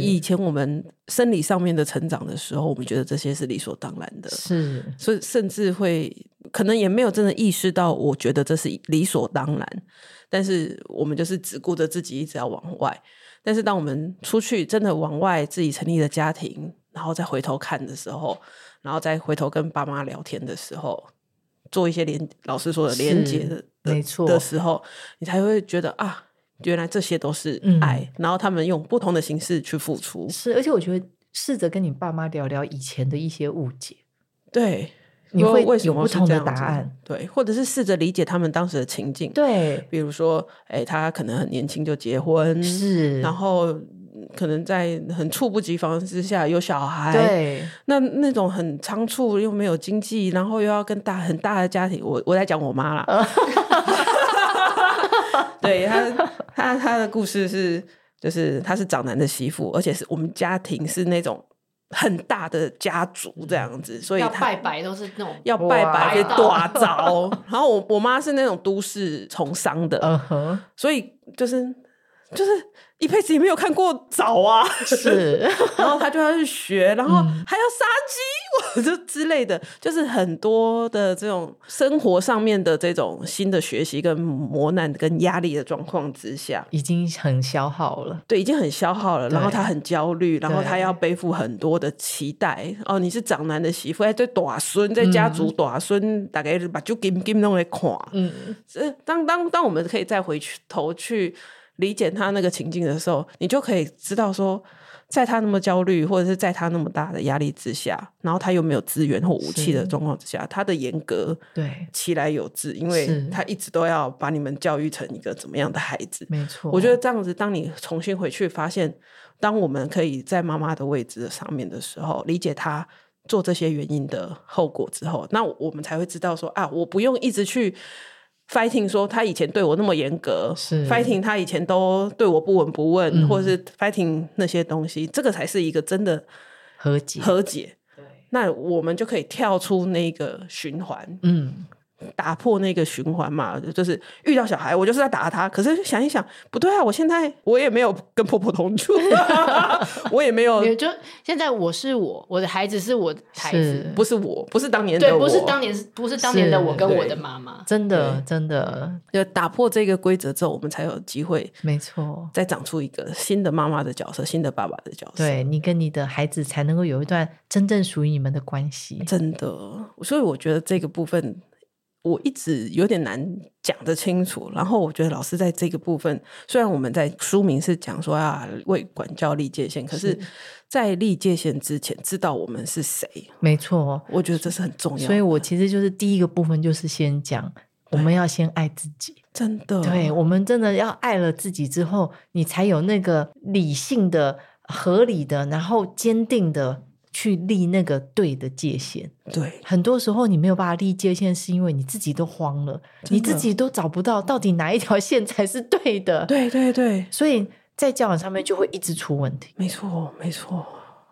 Speaker 4: 以
Speaker 3: 是
Speaker 4: 前我们生理上面的成长的时候，我们觉得这些是理所当然的，
Speaker 3: 是，
Speaker 4: 所以甚至会可能也没有真的意识到，我觉得这是理所当然。但是我们就是只顾着自己，一直要往外。但是当我们出去真的往外自己成立了家庭，然后再回头看的时候，然后再回头跟爸妈聊天的时候，做一些连老师说的连接的
Speaker 3: 是，没错
Speaker 4: 的时候，你才会觉得啊，原来这些都是
Speaker 3: 嗯
Speaker 4: 爱，然后他们用不同的形式去付出。
Speaker 3: 是，而且我觉得试着跟你爸妈聊聊以前的一些误解，
Speaker 4: 对，
Speaker 3: 你
Speaker 4: 说
Speaker 3: 会
Speaker 4: 为什
Speaker 3: 有
Speaker 4: 么
Speaker 3: 不
Speaker 4: 是
Speaker 3: 同
Speaker 4: 这
Speaker 3: 的
Speaker 4: 样
Speaker 3: 答
Speaker 4: 子
Speaker 3: 案，
Speaker 4: 对，或者是试着理解他们当时的情境，，
Speaker 3: 对，
Speaker 4: 比如说，哎、他可能很年轻就结婚，
Speaker 3: 是，
Speaker 4: 嗯然后嗯可能在很猝不及防之下有小孩，
Speaker 3: 对，
Speaker 4: 那那种很仓促又没有经济，然后又要跟大很大的家庭，我我在讲我妈 啦，对她她她的故事是，就是她是长男的媳妇，而且是我们家庭是那种很大的家族这样子，所以
Speaker 2: 要
Speaker 4: 她
Speaker 2: 拜拜都是那种
Speaker 4: 要拜
Speaker 3: 哇
Speaker 4: 拜给大招。 然后我我妈是那种都市从商的，
Speaker 3: 嗯哼，
Speaker 4: 所以就是就是一辈子也没有看过枣啊，
Speaker 3: 是，
Speaker 4: 然后她就要去学，然后还要杀鸡，我就之类的，就是很多的这种生活上面的这种新的学习跟磨难跟压力的状况之下。
Speaker 3: 已经很消耗了，
Speaker 4: 对，已经很消耗了，然后
Speaker 3: 对
Speaker 4: 她很焦虑，然后她
Speaker 3: 对
Speaker 4: 要背负很多的期待。哦，你是长男的媳妇，哎，对，短孙在家族短孙，大概把就金金弄来看。
Speaker 3: 嗯，
Speaker 4: 这当当当我们可以再回去头去理解他那个情境的时候，你就可以知道说，在他那么焦虑，或者是在他那么大的压力之下，然后他又没有资源或武器的
Speaker 3: 是
Speaker 4: 状况之下，他的严格
Speaker 3: 对，
Speaker 4: 其来有自，因为
Speaker 3: 是
Speaker 4: 他一直都要把你们教育成一个怎么样的孩子。
Speaker 3: 没错，
Speaker 4: 我觉得这样子，当你重新回去发现，当我们可以在妈妈的位置上面的时候，理解她做这些原因的后果之后，那我们才会知道说啊，我不用一直去 fighting 说她以前对我那么严格，
Speaker 3: 是
Speaker 4: fighting 她以前都对我不闻不问，
Speaker 3: 嗯
Speaker 4: 或者是 fighting 那些东西，这个才是一个真的
Speaker 3: 和解，
Speaker 4: 和解。那我们就可以跳出那个循环，
Speaker 3: 嗯，
Speaker 4: 打破那个循环嘛。就是遇到小孩，我就是在打他，可是想一想，不对啊，我现在我也没有跟婆婆同住， 我也没有，
Speaker 2: 也就现在我是我，我的孩子是我的孩子
Speaker 3: 是，
Speaker 4: 不是我，不是当年的
Speaker 2: 对，
Speaker 4: 我，
Speaker 2: 不是当年不是当年的我跟我的妈妈。
Speaker 3: 真的真的
Speaker 4: 就打破这个规则之后，我们才有机会
Speaker 3: 没错。
Speaker 4: 再长出一个新的妈妈的角色，新的爸爸的角色。
Speaker 3: 对你跟你的孩子才能够有一段真正属于你们的关系。
Speaker 4: 真的，所以我觉得这个部分我一直有点难讲得清楚。然后我觉得老师在这个部分，虽然我们在书名是讲说啊为管教立界限，可是，在立界限之前，知道我们是谁，
Speaker 3: 没错，哦
Speaker 4: 我觉得这是很重要的。
Speaker 3: 所以我其实就是第一个部分就是先讲，我们要先爱自己。
Speaker 4: 真的
Speaker 3: 对我们真的要爱了自己之后，你才有那个理性的、合理的，然后坚定的去立那个对的界限。
Speaker 4: 对
Speaker 3: 很多时候你没有办法立界限，是因为你自己都慌了，你自己都找不到到底哪一条线才是对的。，
Speaker 4: 对对对，
Speaker 3: 所以在交往上面就会一直出问题。
Speaker 4: 没错没错。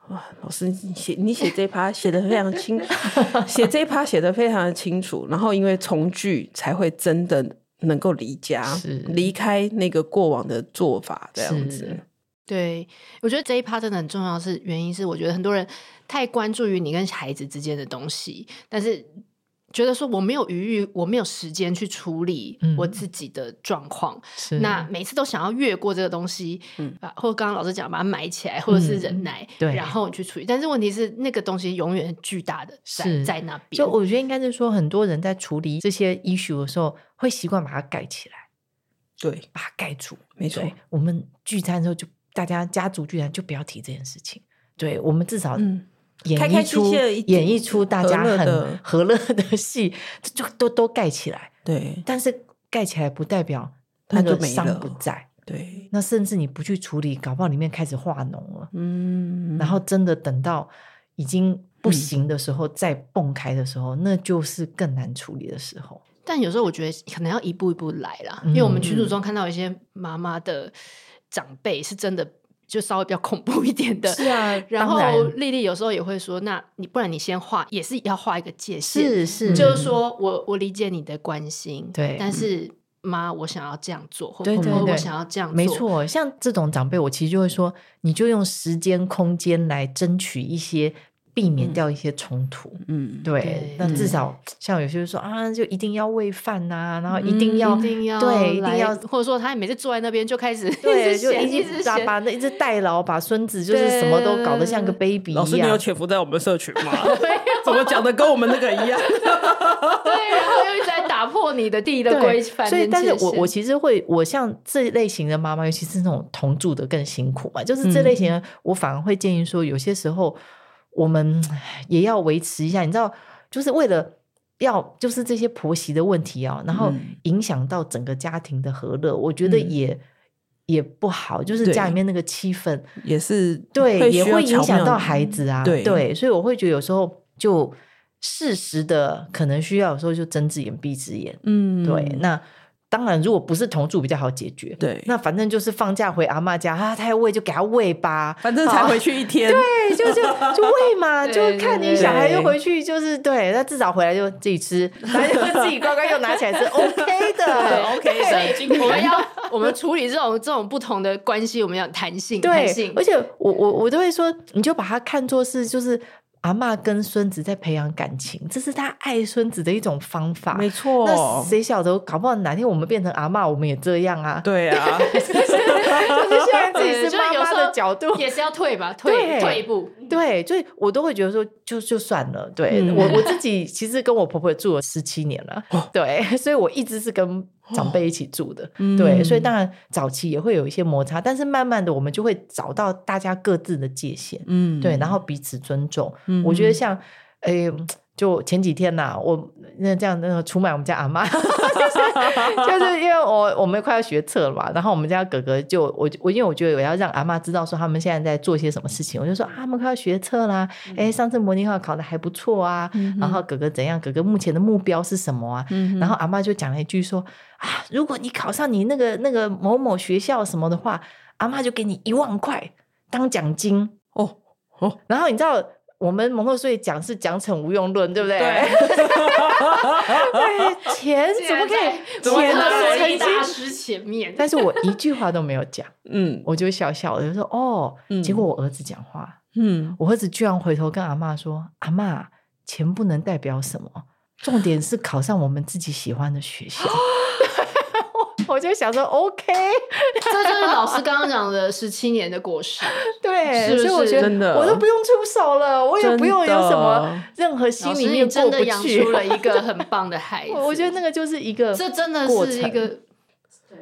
Speaker 4: 哇，老师，你写你写这一趴写的非常清， 写这一趴写的非常的清楚。然后因为从句才会真的能够离家
Speaker 3: 是，
Speaker 4: 离开那个过往的做法，这样子
Speaker 3: 是。
Speaker 2: 对，我觉得这一趴真的很重要，是原因是我觉得很多人太关注于你跟孩子之间的东西，但是觉得说我没有余裕，我没有时间去处理
Speaker 3: 嗯
Speaker 2: 我自己的状况，
Speaker 3: 是
Speaker 2: 那每次都想要越过这个东西，
Speaker 4: 嗯
Speaker 2: 啊，或者刚刚老师讲把它埋起来，或者是忍耐，
Speaker 3: 嗯对
Speaker 2: 然后你去处理。但是问题是，那个东西永远巨大的在
Speaker 3: 是
Speaker 2: 在那边，
Speaker 3: 就我觉得应该是说，很多人在处理这些 issue 的时候，会习惯把它盖起来，
Speaker 4: 对，
Speaker 3: 把它盖住。
Speaker 4: 没错
Speaker 3: 对，，我们聚餐的时候就大家家族聚餐就不要提这件事情。对我们至少
Speaker 4: 嗯
Speaker 3: 演
Speaker 4: 开开
Speaker 3: 绎
Speaker 4: 心
Speaker 3: 出、
Speaker 4: 心的一
Speaker 3: 演
Speaker 4: 点
Speaker 3: 绎出大家
Speaker 4: 和乐
Speaker 3: 很
Speaker 4: 的
Speaker 3: 和乐的戏， 这就都都盖起来。
Speaker 4: 对
Speaker 3: 但是盖起来不代表
Speaker 4: 它
Speaker 3: 那个
Speaker 4: 就没
Speaker 3: 伤
Speaker 4: 了
Speaker 3: 不在，
Speaker 4: 对，
Speaker 3: 那甚至你不去处理，搞不好里面开始化脓了。
Speaker 4: 嗯
Speaker 3: 然后真的等到已经不行的时
Speaker 4: 嗯
Speaker 3: 候，再蹦开的时候，那就是更难处理的时候。
Speaker 2: 但有时候我觉得可能要一步一步来啦，因为
Speaker 3: 嗯
Speaker 2: 我们群组中看到一些妈妈的长辈是真的就稍微比较恐怖一点的。
Speaker 3: 是啊
Speaker 2: 然
Speaker 3: 当
Speaker 2: 后
Speaker 3: 然
Speaker 2: 丽丽有时候也会说，那你不然你先画，也是要画一个界限，
Speaker 3: 是是，嗯
Speaker 2: 就是说我我理解你的关心，
Speaker 3: 对嗯
Speaker 2: 但是妈，我想要这样做，或
Speaker 3: 对
Speaker 2: 或
Speaker 3: 对
Speaker 2: 或我
Speaker 3: 对
Speaker 2: 想要这样做，
Speaker 3: 没错，像这种长辈，我其实就会说，你就用时间、空间来争取一些，避免掉一些冲突。
Speaker 4: 嗯，
Speaker 3: 对
Speaker 2: 嗯对，
Speaker 3: 那至
Speaker 4: 嗯
Speaker 3: 少像有些人说啊，就一定要喂饭呐、然后一
Speaker 4: 嗯
Speaker 3: 定要、
Speaker 2: 一定要
Speaker 3: 对，一定
Speaker 2: 来
Speaker 3: 要
Speaker 2: 或者说他每次坐在那边就开始
Speaker 3: 对，就
Speaker 2: 一
Speaker 3: 一
Speaker 2: 直
Speaker 3: 直
Speaker 2: 嫌
Speaker 3: 把
Speaker 2: 一直
Speaker 3: 把那一直代劳，把孙子就是什么都搞得像个 baby 一
Speaker 4: 老
Speaker 3: 样。
Speaker 4: 师，你有潜伏在我们社群 吗？怎么讲的跟我们那个一样？
Speaker 2: 嫌对，然后又一直在打破你的第一的
Speaker 3: 对
Speaker 2: 规范
Speaker 3: 所以
Speaker 2: 跟界限，
Speaker 3: 但是我我其实会，我像这类型的妈妈，尤其是那种同住的更辛苦嘛，就是这类
Speaker 4: 嗯
Speaker 3: 型的，我反而会建议说，有些时候我们唉也要维持一下，你知道，就是为了。要就是这些婆媳的问题啊，然后
Speaker 4: 嗯
Speaker 3: 影响到整个家庭的和乐，我觉得
Speaker 4: 嗯
Speaker 3: 也、也不好，就是
Speaker 4: 对
Speaker 3: 家里面那个气氛，
Speaker 4: 也是
Speaker 3: 对，也
Speaker 4: 需要
Speaker 3: 会影
Speaker 4: 巧
Speaker 3: 响
Speaker 4: 妙
Speaker 3: 到
Speaker 4: 的
Speaker 3: 孩子啊，
Speaker 4: 对
Speaker 3: 所以我会觉得有时候就适时的可能需要，有时候就睁只眼闭只眼，
Speaker 4: 嗯，
Speaker 3: 对，那当然，如果不是同住比较好解决。
Speaker 4: 对
Speaker 3: 那反正就是放假回阿妈家啊，他要喂就给他喂吧，
Speaker 4: 反正才
Speaker 3: 好
Speaker 4: 回。去一天，
Speaker 3: 对，啊就就就喂嘛，
Speaker 2: 对
Speaker 3: 就看
Speaker 2: 对对
Speaker 3: 你小孩就
Speaker 4: 对
Speaker 3: 回去，就是对，那至少回来就自己吃，然后就自己乖乖又拿起来吃 ，OK 的，OK 的。
Speaker 2: 对我们要我们处理这种这种不同的关系，我们要弹性，弹
Speaker 3: 对
Speaker 2: 性，
Speaker 3: 而。且我我我都会说，你就把它看作是就是阿嬷跟孙子在培养感情，这是他爱孙子的一种方法。
Speaker 4: 没错
Speaker 3: 那谁晓得，搞不好哪天我们变成阿嬷，我们也这样啊。
Speaker 4: 对啊，
Speaker 3: 就是现在自己
Speaker 2: 对
Speaker 3: 是
Speaker 2: 就
Speaker 3: 妈
Speaker 2: 有时候
Speaker 3: 妈的角度。
Speaker 2: 也是要退吧，退
Speaker 3: 对
Speaker 2: 退一步。
Speaker 3: 对，所以我都会觉得说，就就算了。对、
Speaker 4: 嗯
Speaker 3: 我我自己其实跟我婆婆住了十七年了，
Speaker 4: 哦
Speaker 3: 对，所以我一直是跟长辈一起住
Speaker 2: 哦
Speaker 3: 的。
Speaker 2: 嗯
Speaker 3: 对，所以当然早期也会有一些摩擦，但是慢慢的我们就会找到大家各自的界限，
Speaker 4: 嗯
Speaker 3: 对，然后彼此尊重。
Speaker 4: 嗯
Speaker 3: 我觉得像，诶、就前几天呐、我那这样那个出卖我们家阿妈， 就是因为我我们快要学测了嘛，然后我们家哥哥就我我因为我觉得我要让阿妈知道说他们现在在做些什么事情，我就说啊，他们快要学测啦，
Speaker 4: 嗯
Speaker 3: 哎、上次模拟考考的还不错啊，然后哥哥怎样，哥哥目前的目标是什么啊？
Speaker 4: 嗯
Speaker 3: 然后阿妈就讲了一句说啊，如果你考上你那个那个某某学校什么的话，阿妈就给你一万块当奖金。
Speaker 4: 哦，
Speaker 3: 然后你知道我们蒙特梭利讲是讲惩无用论，对不对？对 钱哎怎么可以
Speaker 2: 怎么
Speaker 3: 钱
Speaker 2: 可能
Speaker 3: 的成
Speaker 2: 在
Speaker 3: 绩
Speaker 2: 大师前面？
Speaker 3: 但是我一句话都没有讲，
Speaker 4: 嗯
Speaker 3: 我就笑笑的就说哦
Speaker 4: 嗯，
Speaker 3: 结果我儿子讲话，
Speaker 4: 嗯，
Speaker 3: 我儿子居然回头跟阿嬷说：“阿嬷，钱不能代表什么，重点是考上我们自己喜欢的 学校。” 我就想说，OK，
Speaker 2: 这就是老师刚刚讲的十七年的果 实。
Speaker 3: 对，
Speaker 2: 是不
Speaker 3: 所以我
Speaker 2: 是
Speaker 3: 觉
Speaker 4: 真的
Speaker 3: 得我都不用出手了，我也不用有什么任何心
Speaker 2: 老
Speaker 3: 里
Speaker 2: 师，你
Speaker 3: 面
Speaker 2: 真
Speaker 3: 过
Speaker 2: 的
Speaker 3: 不
Speaker 2: 养
Speaker 3: 去
Speaker 2: 出。了一个很棒的孩子。
Speaker 3: 我我觉得那个就是一个，
Speaker 2: 这真的
Speaker 3: 过
Speaker 2: 是一
Speaker 3: 程
Speaker 2: 个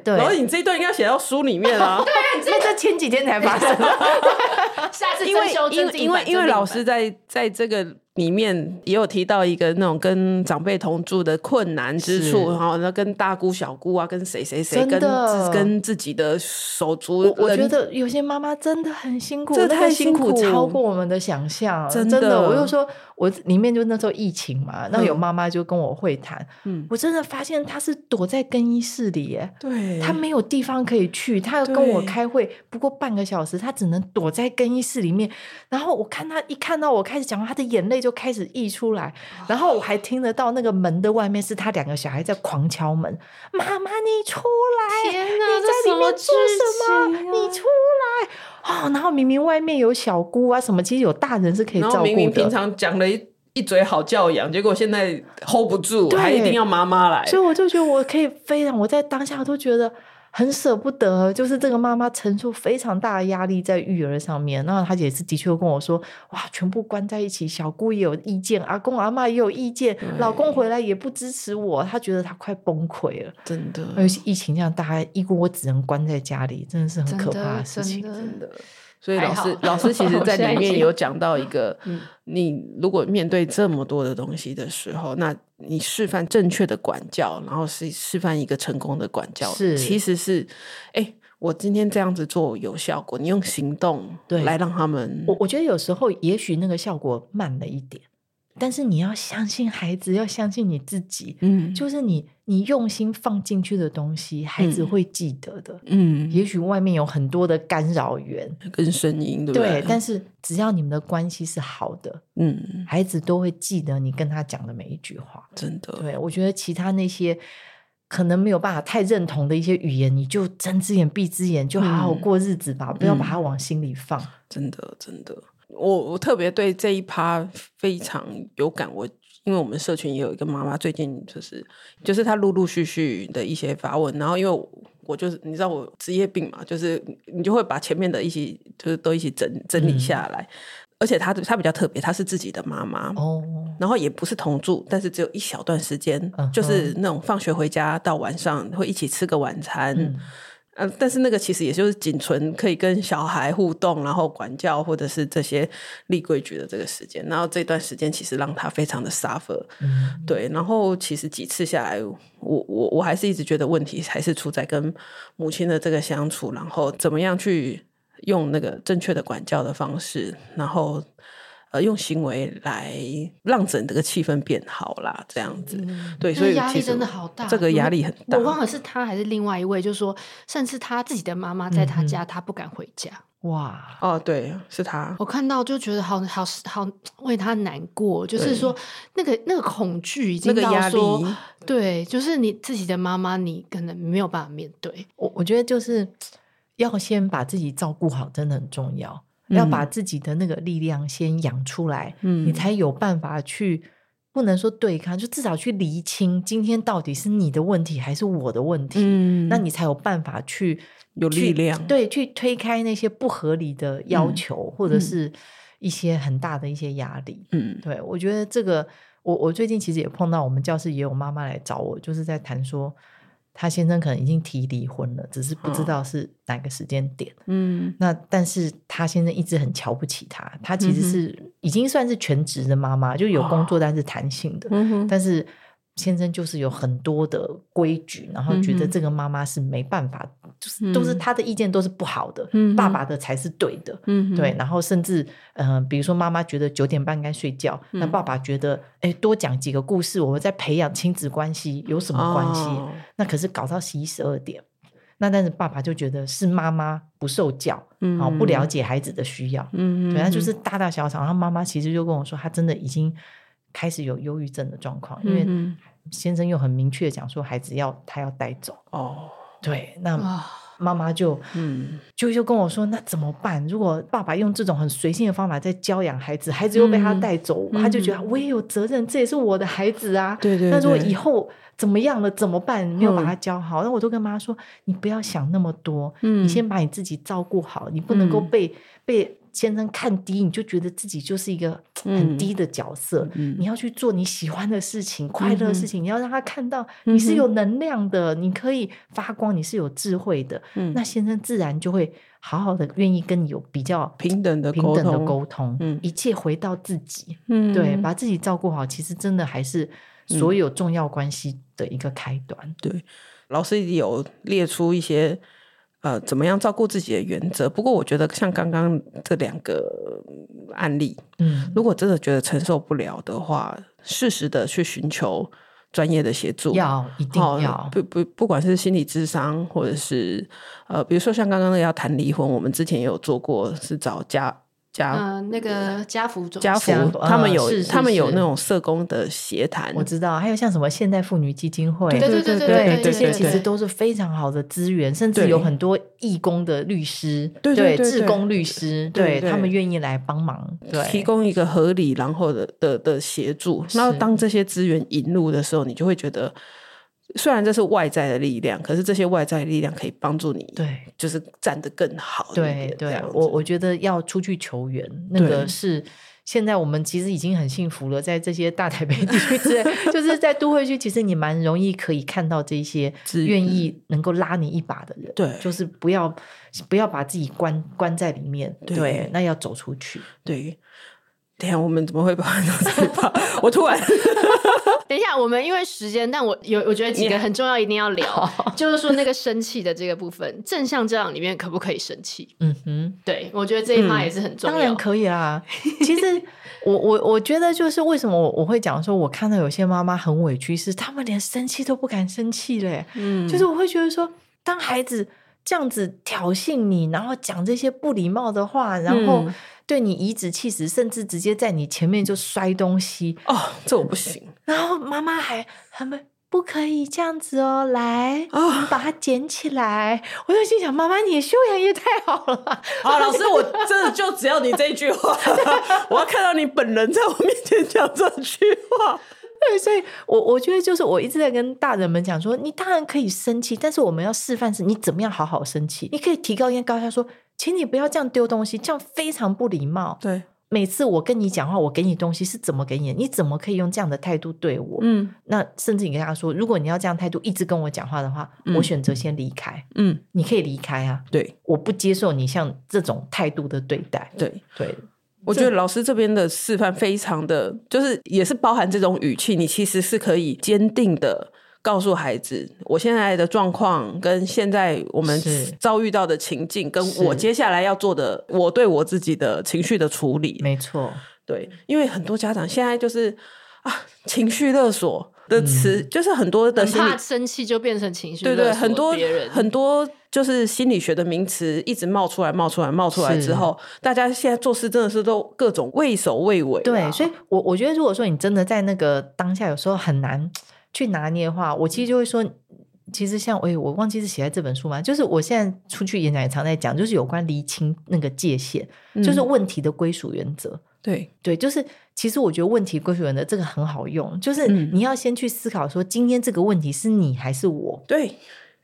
Speaker 3: 对，
Speaker 4: 然后你这一段应该写到书里 面啊，
Speaker 3: 那这前几天才发生的，
Speaker 2: 下次
Speaker 4: 因为
Speaker 2: 增修
Speaker 4: 因
Speaker 2: 增
Speaker 4: 为
Speaker 2: 进
Speaker 4: 因为
Speaker 2: 版
Speaker 4: 因为
Speaker 2: 增进
Speaker 4: 老
Speaker 2: 版
Speaker 4: 师在在这个里面也有提到一个那种跟长辈同住的困难之处，
Speaker 3: 是
Speaker 4: 然后那跟大姑小姑啊，跟谁谁谁，
Speaker 3: 真
Speaker 4: 跟
Speaker 3: 的
Speaker 4: 自跟自己的手足
Speaker 3: 我我
Speaker 4: 人
Speaker 3: 觉得有些妈妈真的很辛苦，
Speaker 4: 这
Speaker 3: 那个
Speaker 4: 太
Speaker 3: 辛
Speaker 4: 辛苦
Speaker 3: 超过我们的想象，
Speaker 4: 真
Speaker 3: 真
Speaker 4: 的
Speaker 3: 我就说，我里面就那时候疫情嘛，那有妈妈就跟我会谈，
Speaker 4: 嗯
Speaker 3: 我真的发现她是躲在更衣室里耶。
Speaker 4: 对
Speaker 3: 她没有地方可以去，她要跟我
Speaker 4: 对
Speaker 3: 开会，不过半个小时，她只能躲在更衣室里面。然后我看她一看到我开始讲话，她的眼泪就开始溢出来。
Speaker 4: 啊
Speaker 3: 然后我还听得到那个门的外面是她两个小孩在狂敲门：“妈妈，你出来！
Speaker 2: 天
Speaker 3: 哎你在里面做什
Speaker 4: 啊
Speaker 3: 么？你
Speaker 2: 出
Speaker 3: 出来哦！然后明明外面有小姑啊什么，其实有大人是可以
Speaker 4: 然
Speaker 3: 照
Speaker 4: 后明明
Speaker 3: 顾
Speaker 4: 平
Speaker 3: 的。
Speaker 4: 常讲了一一嘴好教养，结果现在 hold 不住，
Speaker 3: 对
Speaker 4: 还一定要妈妈来。
Speaker 3: 所以我就觉得我可以非常，我在当下都觉得很舍不得，就是这个妈妈承受非常大的压力在育儿上面。那她也是的确跟我说，哇，全部关在一起，小姑也有意见，阿公阿嬷也有意见，老公回来也不支持我，她觉得她快崩溃了。
Speaker 4: 真的，
Speaker 3: 而且疫情这样，大家一锅我只能关在家里，真的是很
Speaker 2: 真
Speaker 3: 可怕
Speaker 2: 的
Speaker 3: 的事情。
Speaker 2: 啊真的，
Speaker 4: 所以老
Speaker 2: 还
Speaker 4: 师
Speaker 2: 好
Speaker 4: 老师其 实在
Speaker 2: 我现在
Speaker 4: 里
Speaker 2: 已
Speaker 4: 面
Speaker 2: 经
Speaker 4: 有讲到一个
Speaker 2: 嗯，
Speaker 4: 你如果面对这么多的东西的时候，那你示范正确的管教，然后是示范一个成功的管教，
Speaker 3: 是
Speaker 4: 其实是，哎，我今天这样子做有效果，你用行动
Speaker 3: 对
Speaker 4: 来让他们，
Speaker 3: 我我觉得有时候也许那个效果慢了一点，但是你要相信孩子，要相信你自己，
Speaker 4: 嗯
Speaker 3: 就是你你用心放进去的东西，孩子
Speaker 4: 嗯
Speaker 3: 会记得的。
Speaker 4: 嗯，
Speaker 3: 也许外面有很多的干扰源，
Speaker 4: 跟声音对不
Speaker 3: 对，但
Speaker 4: 是
Speaker 3: 是只要你们的关系是好的，
Speaker 4: 嗯，
Speaker 3: 孩子都会记得你跟他讲的每一句话。
Speaker 4: 真的，
Speaker 3: 对，我觉得其他那些可能没有办法太认同的一些语言，你就睁只眼闭只眼，就好好
Speaker 4: 嗯
Speaker 3: 过日子吧，不要把
Speaker 4: 嗯
Speaker 3: 它往心里放。
Speaker 4: 真的，真的，我我特别对这一趴非常有感。我因为我们社群也有一个妈妈，最近就是就是她陆陆续续的一些发问，然后因为我我就是你知道我职业病嘛，就是你就会把前面的一些就是都一起整整理
Speaker 3: 嗯
Speaker 4: 下来。而且她她比较特别，她是自己的妈妈，
Speaker 3: 哦，
Speaker 4: 然后也不是同住，但是只有一小段时间，
Speaker 3: 嗯哼
Speaker 4: 就是那种放学回家到晚上会一起吃个晚餐。
Speaker 3: 嗯
Speaker 4: 嗯，但是那个其实也就是仅存可以跟小孩互动，然后管教或者是这些立规矩的这个时间。然后这段时间其实让他非常的 suffer，
Speaker 3: 嗯，
Speaker 4: 对。然后其实几次下来，我我我还是一直觉得问题还是出在跟母亲的这个相处，然后怎么样去用那个正确的管教的方式，然后呃用行为来让整个气氛变好啦，这样子。
Speaker 3: 嗯
Speaker 4: 对，
Speaker 2: 那
Speaker 4: 所以
Speaker 2: 压
Speaker 4: 其
Speaker 2: 力
Speaker 4: 实
Speaker 2: 真的好大
Speaker 4: 这个压力很大。
Speaker 2: 我忘了是他还是另外一位，就是说，甚至他自己的妈妈在他
Speaker 3: 嗯嗯
Speaker 2: 家，他不敢回家。
Speaker 3: 哇，
Speaker 4: 哦，对，是他。
Speaker 2: 我看到就觉得好好好为他难过，就是
Speaker 4: 对
Speaker 2: 说那个那个恐惧已
Speaker 4: 那
Speaker 2: 经
Speaker 4: 个
Speaker 2: 到
Speaker 4: 压力，
Speaker 2: 说，对，就是你自己的妈妈，你可能没有办法面对。
Speaker 3: 我我觉得就是要先把自己照顾好，真的很重要。要把
Speaker 4: 嗯
Speaker 3: 自己的那个力量先养出来，
Speaker 4: 嗯
Speaker 3: 你才有办法去，不能说对抗，就至少去厘清今天到底是你的问题还是我的问题，
Speaker 4: 嗯
Speaker 3: 那你才有办法去
Speaker 4: 有力
Speaker 3: 去
Speaker 4: 量
Speaker 3: 对，去推开那些不合理的要
Speaker 4: 嗯
Speaker 3: 求、或者
Speaker 4: 嗯
Speaker 3: 是一些很大的一些压力。
Speaker 4: 嗯
Speaker 3: 对，我觉得这个，我我最近其实也碰到我们教室也有妈妈来找我，就是在谈说，她先生可能已经提离婚了，只是不知
Speaker 4: 嗯
Speaker 3: 道是哪个时间点。
Speaker 4: 嗯
Speaker 3: 那但是她先生一直很瞧不起她，她其实
Speaker 4: 嗯哼哦
Speaker 3: 是、已经算是全职的妈妈，就有工作，但是弹性的。
Speaker 4: 嗯哼
Speaker 3: 但是先生就是有很多的规矩，然后觉得
Speaker 4: 嗯哼
Speaker 3: 这个妈妈是没办法，就是都是
Speaker 4: 嗯
Speaker 3: 她的意见都是不好的，
Speaker 4: 嗯
Speaker 3: 爸
Speaker 4: 哼
Speaker 3: 爸的才是对的。
Speaker 4: 嗯哼
Speaker 3: 对，，然后甚至嗯、呃比如说妈妈觉得九点半该睡觉，那
Speaker 4: 嗯
Speaker 3: 爸爸觉得哎多讲几个故事，我们在培养亲子关系有什么关系？
Speaker 4: 哦
Speaker 3: 那可是搞到十一十二点，那但是爸爸就觉得是妈妈不受教，
Speaker 4: 嗯
Speaker 3: 好不了解孩子的需要，
Speaker 4: 嗯
Speaker 3: 对，他就是大大小小。然后妈妈其实就跟我说，她真的已经开始有忧郁症的状况，因为
Speaker 4: 嗯
Speaker 3: 先生又很明确地讲说，孩子要他要带走。
Speaker 4: 哦，
Speaker 3: 对，那
Speaker 2: 啊，
Speaker 3: 妈妈就
Speaker 4: 嗯，
Speaker 3: 就就跟我说，那怎么办？如果爸爸用这种很随性的方法在教养孩子，孩子又被他
Speaker 2: 嗯
Speaker 3: 带走，他就觉得
Speaker 4: 嗯
Speaker 3: 我也有责任，这也是我的孩子啊。
Speaker 4: 对对
Speaker 3: 那如果
Speaker 4: 对
Speaker 3: 以后怎么样了，怎么办？没有把
Speaker 4: 嗯
Speaker 3: 他教好，那我都跟妈说，你不要想那么多，
Speaker 4: 嗯
Speaker 3: 你先把你自己照顾好，你不能够
Speaker 4: 嗯
Speaker 3: 被、被先生看低，你就觉得自己就是一个很低的角色。
Speaker 4: 嗯
Speaker 3: 你要去做你喜欢的事情、快乐的事情，你要让他看到
Speaker 4: 嗯
Speaker 3: 你是
Speaker 4: 哼
Speaker 3: 有能量的，你可以发光，你是有智慧的。
Speaker 4: 嗯
Speaker 3: 那先生自然就会好好的愿意跟你有比较
Speaker 4: 平等的
Speaker 3: 平
Speaker 4: 沟
Speaker 3: 等的
Speaker 4: 通
Speaker 3: 沟通，
Speaker 4: 嗯
Speaker 3: 一切回到自己。
Speaker 4: 嗯
Speaker 3: 对，把自己照顾好，其实真的还是所有重要关系的一个开端。
Speaker 4: 老师有列出一些呃怎么样照顾自己的原则。不过我觉得像刚刚这两个嗯案例，
Speaker 3: 嗯，
Speaker 4: 如果真的觉得承受不了的话，适时的去寻求专业的协助。
Speaker 3: 要一定
Speaker 4: 哦
Speaker 3: 要，
Speaker 4: 不不，不管是心理智商，或者是呃，比如说像刚刚那个要谈离婚，我们之前也有做过，是找家家、
Speaker 2: 嗯，那个家福中
Speaker 4: 家福
Speaker 3: 家，
Speaker 4: 他
Speaker 3: 呃
Speaker 4: 们有、
Speaker 3: 是是
Speaker 4: 他们有
Speaker 3: 是
Speaker 4: 那种社工的协谈，
Speaker 3: 我知道，还有像什么现代妇女基金会，
Speaker 2: 对对对对
Speaker 3: 这些
Speaker 2: 对
Speaker 3: 其实都是非常好的资源，甚至
Speaker 4: 对
Speaker 3: 有很多义工的律师，
Speaker 4: 对对对
Speaker 3: 志
Speaker 4: 对
Speaker 3: 工律师，
Speaker 4: 对
Speaker 3: 对
Speaker 4: 对
Speaker 3: 他们愿意来帮忙，对，
Speaker 4: 提供一个合理然后的的的协助。那
Speaker 3: 是
Speaker 4: 当这些资源引入的时候，你就会觉得，虽然这是外在的力量，可是这些外在的力量可以帮助你，
Speaker 3: 对。
Speaker 4: 就是站得更好一点。
Speaker 3: 对
Speaker 4: 这
Speaker 3: 对
Speaker 4: 样，
Speaker 3: 我
Speaker 4: 子
Speaker 3: 我觉得要出去求援，那
Speaker 4: 对
Speaker 3: 个是现在我们其实已经很幸福了，在这些大台北地区之类， 就是在都会区，其实你蛮容易可以看到这些
Speaker 4: 资源
Speaker 3: 愿意能够拉你一把的人。
Speaker 4: 对
Speaker 3: 就是不要不要把自己关关在里面，
Speaker 4: 对
Speaker 3: 对，那要走出去。
Speaker 4: 对。等一下，我们怎么会把这把？我突然
Speaker 2: 等一下，我们因为时间，但我有我觉得几
Speaker 4: 你
Speaker 2: 个很重要，一定要聊，就是说那个生气的这个部分，正向教养里面可不可以生气？
Speaker 3: 嗯哼，
Speaker 2: 对我觉得这一趴
Speaker 4: 嗯
Speaker 2: 也是很重要。
Speaker 3: 当然可以啦。其实我我我觉得就是为什么我我会讲说，我看到有些妈妈很委屈，是他们连生气都不敢生气嘞。
Speaker 4: 嗯
Speaker 3: 就是我会觉得说，当孩子这样子挑衅你，然后讲这些不礼貌的话，然后
Speaker 4: 嗯
Speaker 3: 对你颐指气使，甚至直接在你前面就摔东西，
Speaker 4: 哦，这我不行
Speaker 3: 然后妈妈还他们。不可以这样子哦，来，
Speaker 4: 啊
Speaker 3: 你把它捡起来。我就心想，妈妈，你的修养也太好了吧。
Speaker 4: 好，老师，我真的就只要你这一句话， 我要看到你本人在我面前讲这句话。
Speaker 3: 对，所以我我觉得就是我一直在跟大人们讲说，你当然可以生气，但是我们要示范是你怎么样好好生气。你可以提高音高下说，请你不要这样丢东西，这样非常不礼貌。
Speaker 4: 对，
Speaker 3: 每次我跟你讲话，我给你东西是怎么给你的？你怎么可以用这样的态度对我？
Speaker 4: 嗯
Speaker 3: 那甚至你跟他说，如果你要这样态度一直跟我讲话的话，
Speaker 4: 嗯
Speaker 3: 我选择先离开。
Speaker 4: 嗯，
Speaker 3: 你可以离开啊，
Speaker 4: 对
Speaker 3: 我不接受你像这种态度的对待。
Speaker 4: 对，
Speaker 3: 对，
Speaker 4: 我觉得老师这边的示范非常的，就是也是包含这种语气，你其实是可以坚定的告诉孩子，我现在的状况跟现在我们
Speaker 3: 是
Speaker 4: 遭遇到的情境，跟
Speaker 3: 是
Speaker 4: 我接下来要做的，我对我自己的情绪的处理，
Speaker 3: 没错，
Speaker 4: 对，因为很多家长现在就是啊，情绪勒索的词，
Speaker 3: 嗯
Speaker 4: 就是很多的
Speaker 2: 很
Speaker 4: 心理
Speaker 2: 怕生气就变成情绪
Speaker 4: 对对，
Speaker 2: 勒索
Speaker 4: 很多
Speaker 2: 别人
Speaker 4: 很多就是心理学的名词一直冒出来、冒出来、冒出来之
Speaker 3: 是
Speaker 4: 后，大家现在做事真的是都各种畏首畏尾啦。啊
Speaker 3: 对，所以我我觉得，如果说你真的在那个当下，有时候很难去拿捏的话，我
Speaker 4: 嗯
Speaker 3: 其实就会说，其实像我、我忘记是写在这本书嘛，就是我现在出去演讲也常在讲，就是有关厘清那个界限，就是
Speaker 4: 嗯
Speaker 3: 问题的归属原则。
Speaker 4: 对，
Speaker 3: 对，就是其实我觉得问题归属原则这个很好用，就是
Speaker 4: 嗯
Speaker 3: 你要先去思考说，今天这个问题是你还是我？
Speaker 4: 对，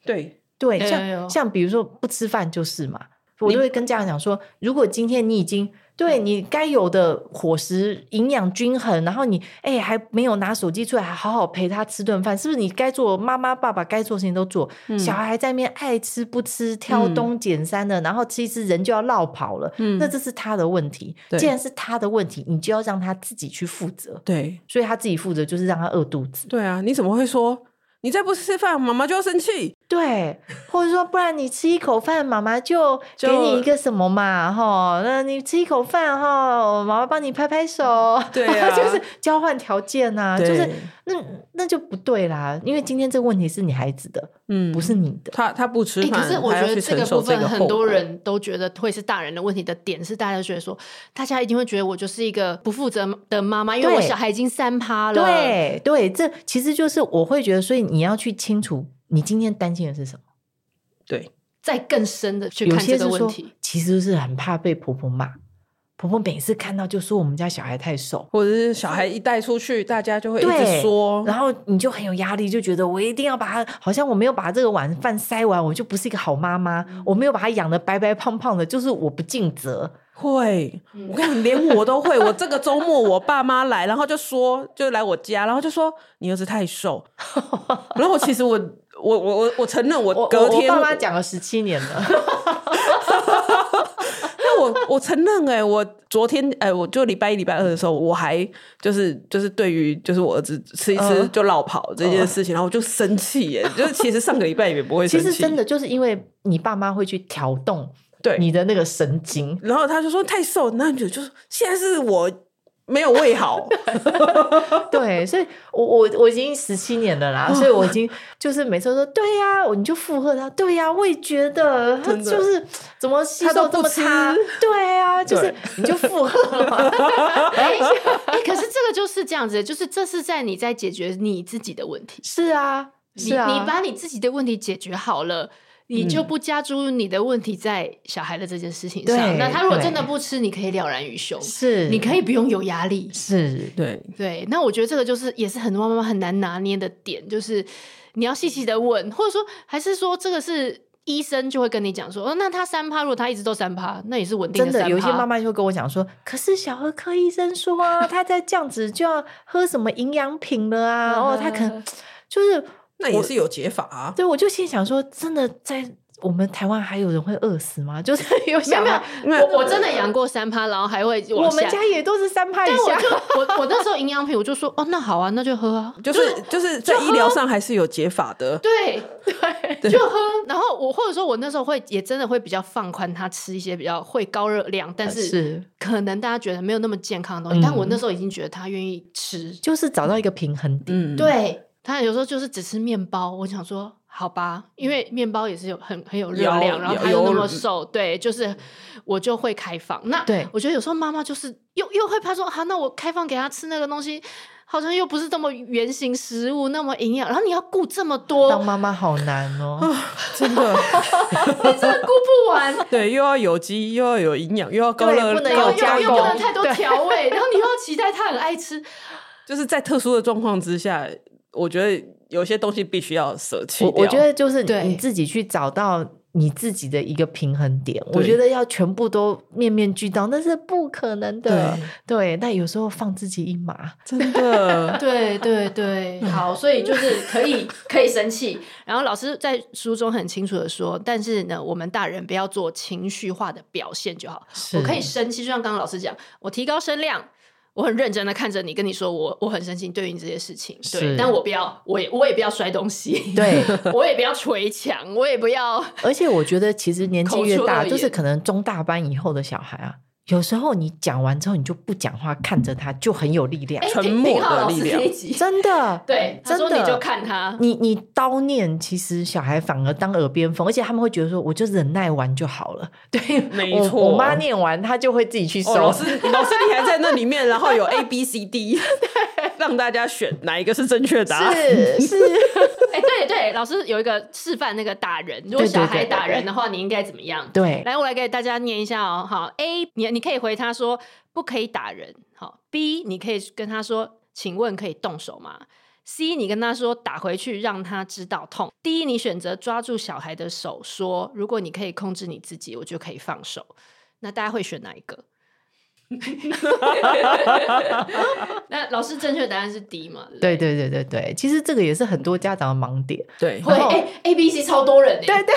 Speaker 4: 对，
Speaker 3: 对，
Speaker 2: 有有有
Speaker 3: 像像比如说不吃饭就是嘛，我就会跟家长讲说，如果今天你已经对
Speaker 2: 嗯
Speaker 3: 你该有的伙食营养均衡，然后你哎还没有拿手机出来，还好好陪他吃顿饭，是不是你该做妈妈爸爸该做的事情都做？
Speaker 2: 嗯
Speaker 3: 小孩在那边爱吃不吃，挑
Speaker 4: 嗯
Speaker 3: 东拣山的，然后吃一吃人就要落跑了，
Speaker 4: 嗯
Speaker 3: 那这是他的问题。
Speaker 4: 对
Speaker 3: 既然是他的问题，你就要让他自己去负责，
Speaker 4: 对，
Speaker 3: 所以他自己负责就是让他饿肚子。
Speaker 4: 对啊！你怎么会说你再不吃饭，妈妈就要生气？
Speaker 3: 对，或者说不然你吃一口饭，妈妈就给
Speaker 4: 就
Speaker 3: 你一个什么嘛，哈，那你吃一口饭哈，妈妈帮你拍拍手，
Speaker 2: 嗯
Speaker 4: 对啊
Speaker 3: 就是交换条件啊，就是
Speaker 4: 对
Speaker 3: 那那就不对啦，因为今天这个问题是你孩子的，
Speaker 4: 嗯
Speaker 3: 不是你的，
Speaker 4: 他他不吃
Speaker 2: 哎、
Speaker 4: 饭，
Speaker 2: 可是我
Speaker 4: 还
Speaker 2: 觉
Speaker 4: 要
Speaker 2: 得
Speaker 4: 去
Speaker 2: 这
Speaker 4: 承
Speaker 2: 部
Speaker 4: 受这
Speaker 2: 分
Speaker 4: 个
Speaker 2: 很
Speaker 4: 后
Speaker 2: 多
Speaker 4: 果
Speaker 2: 人都觉得会是大人的问题的点是，大家觉得说，大家一定会觉得我就是一个不负责的妈妈，因为
Speaker 3: 对
Speaker 2: 我小孩已经三趴了。，
Speaker 3: 对对，这其实就是我会觉得，所以你要去清楚你今天担心的是什么。
Speaker 4: 对，
Speaker 2: 再更深的去
Speaker 3: 有
Speaker 2: 看
Speaker 3: 些
Speaker 2: 这
Speaker 3: 是
Speaker 2: 个问
Speaker 3: 说
Speaker 2: 题。，
Speaker 3: 其实是很怕被婆婆骂，婆婆每次看到就说我们家小孩太瘦，
Speaker 4: 或者是小孩一带出去，大家就会一
Speaker 3: 对
Speaker 4: 直说，
Speaker 3: 然后你就很有压力，就觉得我一定要把他，好像我没有把这个晚饭塞完，我就不是一个好妈妈，
Speaker 4: 嗯
Speaker 3: 我没有把他养的白白胖胖的，就是我不尽责。
Speaker 4: 会，
Speaker 3: 嗯
Speaker 4: 我跟你讲，连我都会。我这个周末我爸妈来，然后就说，就来我家，然后就说你儿子太 瘦。然后其实我，我，我，我，我承认，
Speaker 3: 我
Speaker 4: 我隔天，
Speaker 3: 我爸妈讲了十七年 了，
Speaker 4: 但我我承认、哎，我昨天，哎、我就礼拜一、礼拜二的时候，我还就是就是对于就是我儿子吃一吃
Speaker 3: 嗯
Speaker 4: 就落跑这件事情，然后我就生气、哎，就是其实上个礼拜也不会
Speaker 3: 其
Speaker 4: 生气，
Speaker 3: 实真的就是因为你爸妈会去挑动
Speaker 4: 对
Speaker 3: 你的那个神经，
Speaker 4: 然后他就说太瘦，那你就就说现在是我没有 喂好，
Speaker 3: 对，所以我我我已经十七年了啦，所以我已 经就是每次都说对呀、我你就附和他，对呀、我也觉得他
Speaker 4: 真的
Speaker 3: 就是怎么吸
Speaker 4: 他
Speaker 3: 收
Speaker 4: 都
Speaker 3: 这
Speaker 4: 不
Speaker 3: 么
Speaker 4: 吃
Speaker 3: 差，对呀、就是
Speaker 4: 对
Speaker 3: 你就附和嘛，
Speaker 2: 哎、可是这个就是这样子，就是这是在你在解决你自己的问题。
Speaker 3: 是啊，是啊，
Speaker 2: 你你把你自己的问题解决好了，你就不加诸你的问题在小孩的这件事情上。
Speaker 3: 对
Speaker 2: 那他如果
Speaker 3: 对
Speaker 2: 真的不吃，你可以了然于胸，
Speaker 3: 是
Speaker 2: 你可以不用有压力。
Speaker 3: 是
Speaker 4: 对，
Speaker 2: 对，那我觉得这个就是也是很多妈妈很难拿捏的点，就是你要细细的问，或者说还是说这个是医生就会跟你讲说，哦，那他三趴，如果他一直都三趴，那也是稳定
Speaker 3: 真
Speaker 2: 三
Speaker 3: 的
Speaker 2: 趴。
Speaker 3: 有一些妈妈就会跟我讲说，可是小儿科医生说 啊，他再这样子就要喝什么营养品了啊，
Speaker 2: 嗯
Speaker 3: 哦，他可能就是
Speaker 4: 那也是有解法、啊。
Speaker 3: 对我就心里想说，真的在。我们台湾还有人会饿死吗？ 就是有
Speaker 2: 没有
Speaker 3: 小
Speaker 2: 没
Speaker 3: 孩
Speaker 2: 有，我我真的养过三趴，然后还会往
Speaker 3: 啊我们
Speaker 2: 下。
Speaker 3: 家也都是三拍以
Speaker 2: 但我
Speaker 3: 下。
Speaker 2: 就我我那时候营养品，我就说哦，那好啊，那就喝 啊，
Speaker 4: 就是就是在医
Speaker 3: 哦
Speaker 4: 疗上还是有解法的，
Speaker 2: 对对，就喝。然后我或者说我那时候会也真的会比较放宽他吃一些比较会高热量，但是
Speaker 3: 呃是，
Speaker 2: 可能大家觉得没有那么健康的东西。
Speaker 3: 嗯
Speaker 2: 但我那时候已经觉得他愿意吃，
Speaker 3: 就是找到一个平衡点。
Speaker 4: 嗯，
Speaker 2: 对他有时候就是只吃面包，我想说。好吧，因为面包也是有很很有热
Speaker 4: 有
Speaker 2: 量，然后
Speaker 4: 有
Speaker 2: 他又那
Speaker 4: 有
Speaker 2: 么瘦，对，就是我就会开放。那
Speaker 3: 对
Speaker 2: 我觉得有时候妈妈就是又又会怕说，啊，那我开放给他吃那个东西，好像又不是这么原型食物，那么营养，然后你要顾这么多，
Speaker 3: 当妈妈好难 哦，
Speaker 4: 真的，
Speaker 2: 你真的顾不完，
Speaker 4: 对，又要有机，又要有营养，又要高热，
Speaker 3: 对
Speaker 2: 然
Speaker 3: 不能有
Speaker 2: 后
Speaker 4: 高
Speaker 2: 又
Speaker 3: 加
Speaker 2: 又不
Speaker 3: 工
Speaker 2: 能太多调味，然后你又要期待他很爱吃，
Speaker 4: 就是在特殊的状况之下，我觉得有些东西必须要舍弃
Speaker 3: 我
Speaker 4: 掉。
Speaker 3: 我觉得就是
Speaker 2: 对
Speaker 3: 你自己去找到你自己的一个平衡点。我
Speaker 4: 对
Speaker 3: 觉得要全部都面面俱到，那是不可能的。对，那有时候放自己一马，
Speaker 4: 真的，
Speaker 2: 对对对，好，所以就是可以可以生气。然后老师在书中很清楚的说，但是呢，我们大人不要做情绪化的表现就好。
Speaker 3: 是
Speaker 2: 我可以生气，就像刚刚老师讲，我提高声量。我很认真的看着你，跟你说我我很生气，对于你这些事情，对，
Speaker 3: 是
Speaker 2: 但我不要，我也我也不要摔东西，
Speaker 3: 对，
Speaker 2: 我也不要捶墙，我也不 要，
Speaker 3: 而且我觉得其实年纪
Speaker 2: 口
Speaker 3: 越
Speaker 2: 出
Speaker 3: 大，
Speaker 2: 恶
Speaker 3: 就是
Speaker 2: 言
Speaker 3: 可能中大班以后的小孩啊，有时候你讲完之后你就不讲话，看着他就很有力量
Speaker 2: 哎，，
Speaker 4: 沉
Speaker 2: 挺
Speaker 4: 默
Speaker 2: 挺好
Speaker 4: 的
Speaker 2: 老
Speaker 4: 力
Speaker 2: 师
Speaker 4: 量
Speaker 2: 这一集
Speaker 3: 真的。
Speaker 2: 对，他说
Speaker 3: 真的
Speaker 2: 你就看他，
Speaker 3: 你你叨念，其实小孩反而当耳边风，而且他们会觉得说，我就忍耐完就好了。对，
Speaker 4: 没
Speaker 3: 我
Speaker 4: 错
Speaker 3: 我妈念完，她就会自己去收。
Speaker 4: 哦，老师，老师你还在那里面，然 后有 A B C D，让大家选哪一个是正确答案。
Speaker 3: 是是，
Speaker 2: 哎、对对，老师有一个示范那个打人，如果
Speaker 3: 对对
Speaker 2: 小孩
Speaker 3: 对
Speaker 2: 打人的话，你应该怎么样？
Speaker 3: 对
Speaker 2: 来，我来给大家念一下哦。好，A，你你可以回他说不可以打人。好，B，你可以跟他说，请问可以动手吗？C，你跟他说打回去，让他知道痛。D，你选择抓住小孩的手，说如果你可以控制你自己，我就可以放手。那大家会选哪一个？ 那老师正确答案是 D 嘛？对不对
Speaker 3: 对对对对对，其实这个也是很多家长的盲点。
Speaker 4: 对，
Speaker 2: 会
Speaker 3: 然后
Speaker 2: 哎、a B C 超多人哎、
Speaker 3: 对对，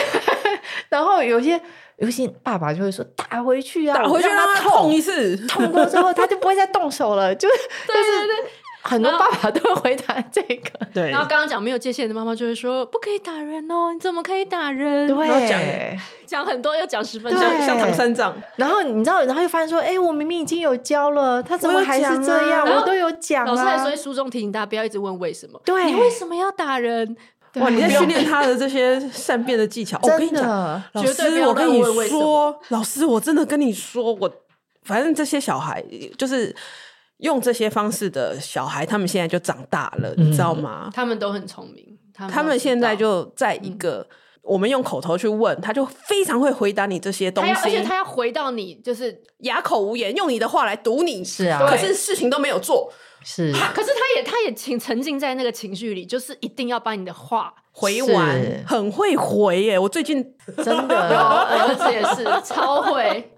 Speaker 3: 然后有些有些爸爸就会说打回去啊，
Speaker 4: 打回去
Speaker 3: 我
Speaker 4: 让
Speaker 3: 让
Speaker 4: 他
Speaker 3: 痛
Speaker 4: 痛一次。
Speaker 3: 痛过之后，他就不会再动手了，就是
Speaker 2: 对对对，
Speaker 3: 很多
Speaker 2: 然后
Speaker 3: 爸爸都会回答这 个，
Speaker 4: 对
Speaker 2: 然后刚刚讲没有界限的妈妈就会说不可以打人哦，你怎么可以打人？
Speaker 4: 讲
Speaker 3: 对。
Speaker 2: 讲很多要讲十分钟，
Speaker 4: 像
Speaker 3: 对
Speaker 4: 像唐三藏，
Speaker 3: 然后你知道，然后又发现说，哎，我明明已经有教了，他怎么还是这
Speaker 2: 我有讲啊
Speaker 3: 样？
Speaker 2: 然
Speaker 3: 我
Speaker 2: 后
Speaker 3: 都有讲
Speaker 2: 老师还
Speaker 3: 啊
Speaker 2: 说。书中提醒大家不要一直问为什么，
Speaker 3: 对
Speaker 2: 你为什么要打人？
Speaker 3: 对
Speaker 4: 哇，你在训练他的这些善变的技巧。哦我跟
Speaker 3: 真
Speaker 4: 你讲，
Speaker 3: 的，
Speaker 4: 老
Speaker 2: 绝对不
Speaker 4: 师，
Speaker 2: 要
Speaker 4: 我跟
Speaker 2: 乱
Speaker 4: 你
Speaker 2: 问为什
Speaker 4: 说，老师，我真的跟你说，我反正这些小孩就是用这些方式的小孩，他们现在就长大了，你
Speaker 3: 嗯
Speaker 4: 知道吗？
Speaker 2: 他们都很聪明，他们
Speaker 4: 他
Speaker 2: 他
Speaker 4: 们现在就在一个。我们用口头去问，他就非常会回答你这些东
Speaker 2: 他要，而且
Speaker 4: 西，
Speaker 2: 他要回到你，就是
Speaker 4: 哑口无言，用你的话来堵你。
Speaker 3: 是啊
Speaker 4: 可是事情都没有做，
Speaker 3: 是
Speaker 2: 他，可是他也他也情沉浸在那个情绪里，就是一定要把你的 话。
Speaker 4: 回完
Speaker 3: 是
Speaker 4: 很会回耶、我最近
Speaker 3: 真
Speaker 2: 有
Speaker 3: 的，
Speaker 2: 儿呃子也是超会，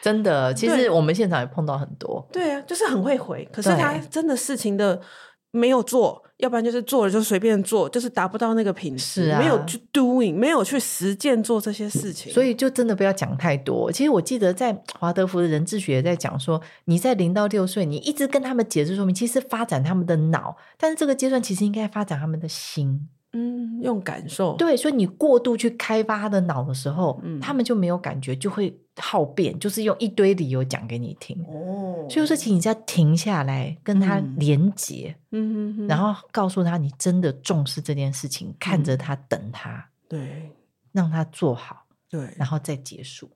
Speaker 3: 真的。其
Speaker 4: 对
Speaker 3: 实我们现场也碰到很多，
Speaker 4: 对啊，就是很会回，可是他
Speaker 3: 对
Speaker 4: 真的事情的没有做，要不然就是做了就随便做，就是达不到那个品质，
Speaker 3: 是啊
Speaker 4: 没有去 doing，没有去实践做这些事情，
Speaker 3: 所
Speaker 4: 以
Speaker 3: 以就真的不要讲太多。其实我记得在华德福的人智学也在讲说，你在零到六岁，你一直跟他们解释说明，其实发展他们的脑，但是这个阶段其实应该发展他们的心。
Speaker 4: 嗯，用感受，
Speaker 3: 对，所以你过度去开发他的脑的时候，
Speaker 4: 嗯
Speaker 3: 他们就没有感觉，就会好辩，就是用一堆理由讲给你听。
Speaker 4: 哦
Speaker 3: 所以说，请你要停下来跟他
Speaker 4: 嗯
Speaker 3: 连结，
Speaker 4: 嗯哼哼
Speaker 3: 然后告诉他你真的重视这件事情，看
Speaker 4: 嗯
Speaker 3: 着他，等他，
Speaker 4: 对
Speaker 3: 让他做好，
Speaker 4: 对，
Speaker 3: 然后再结束。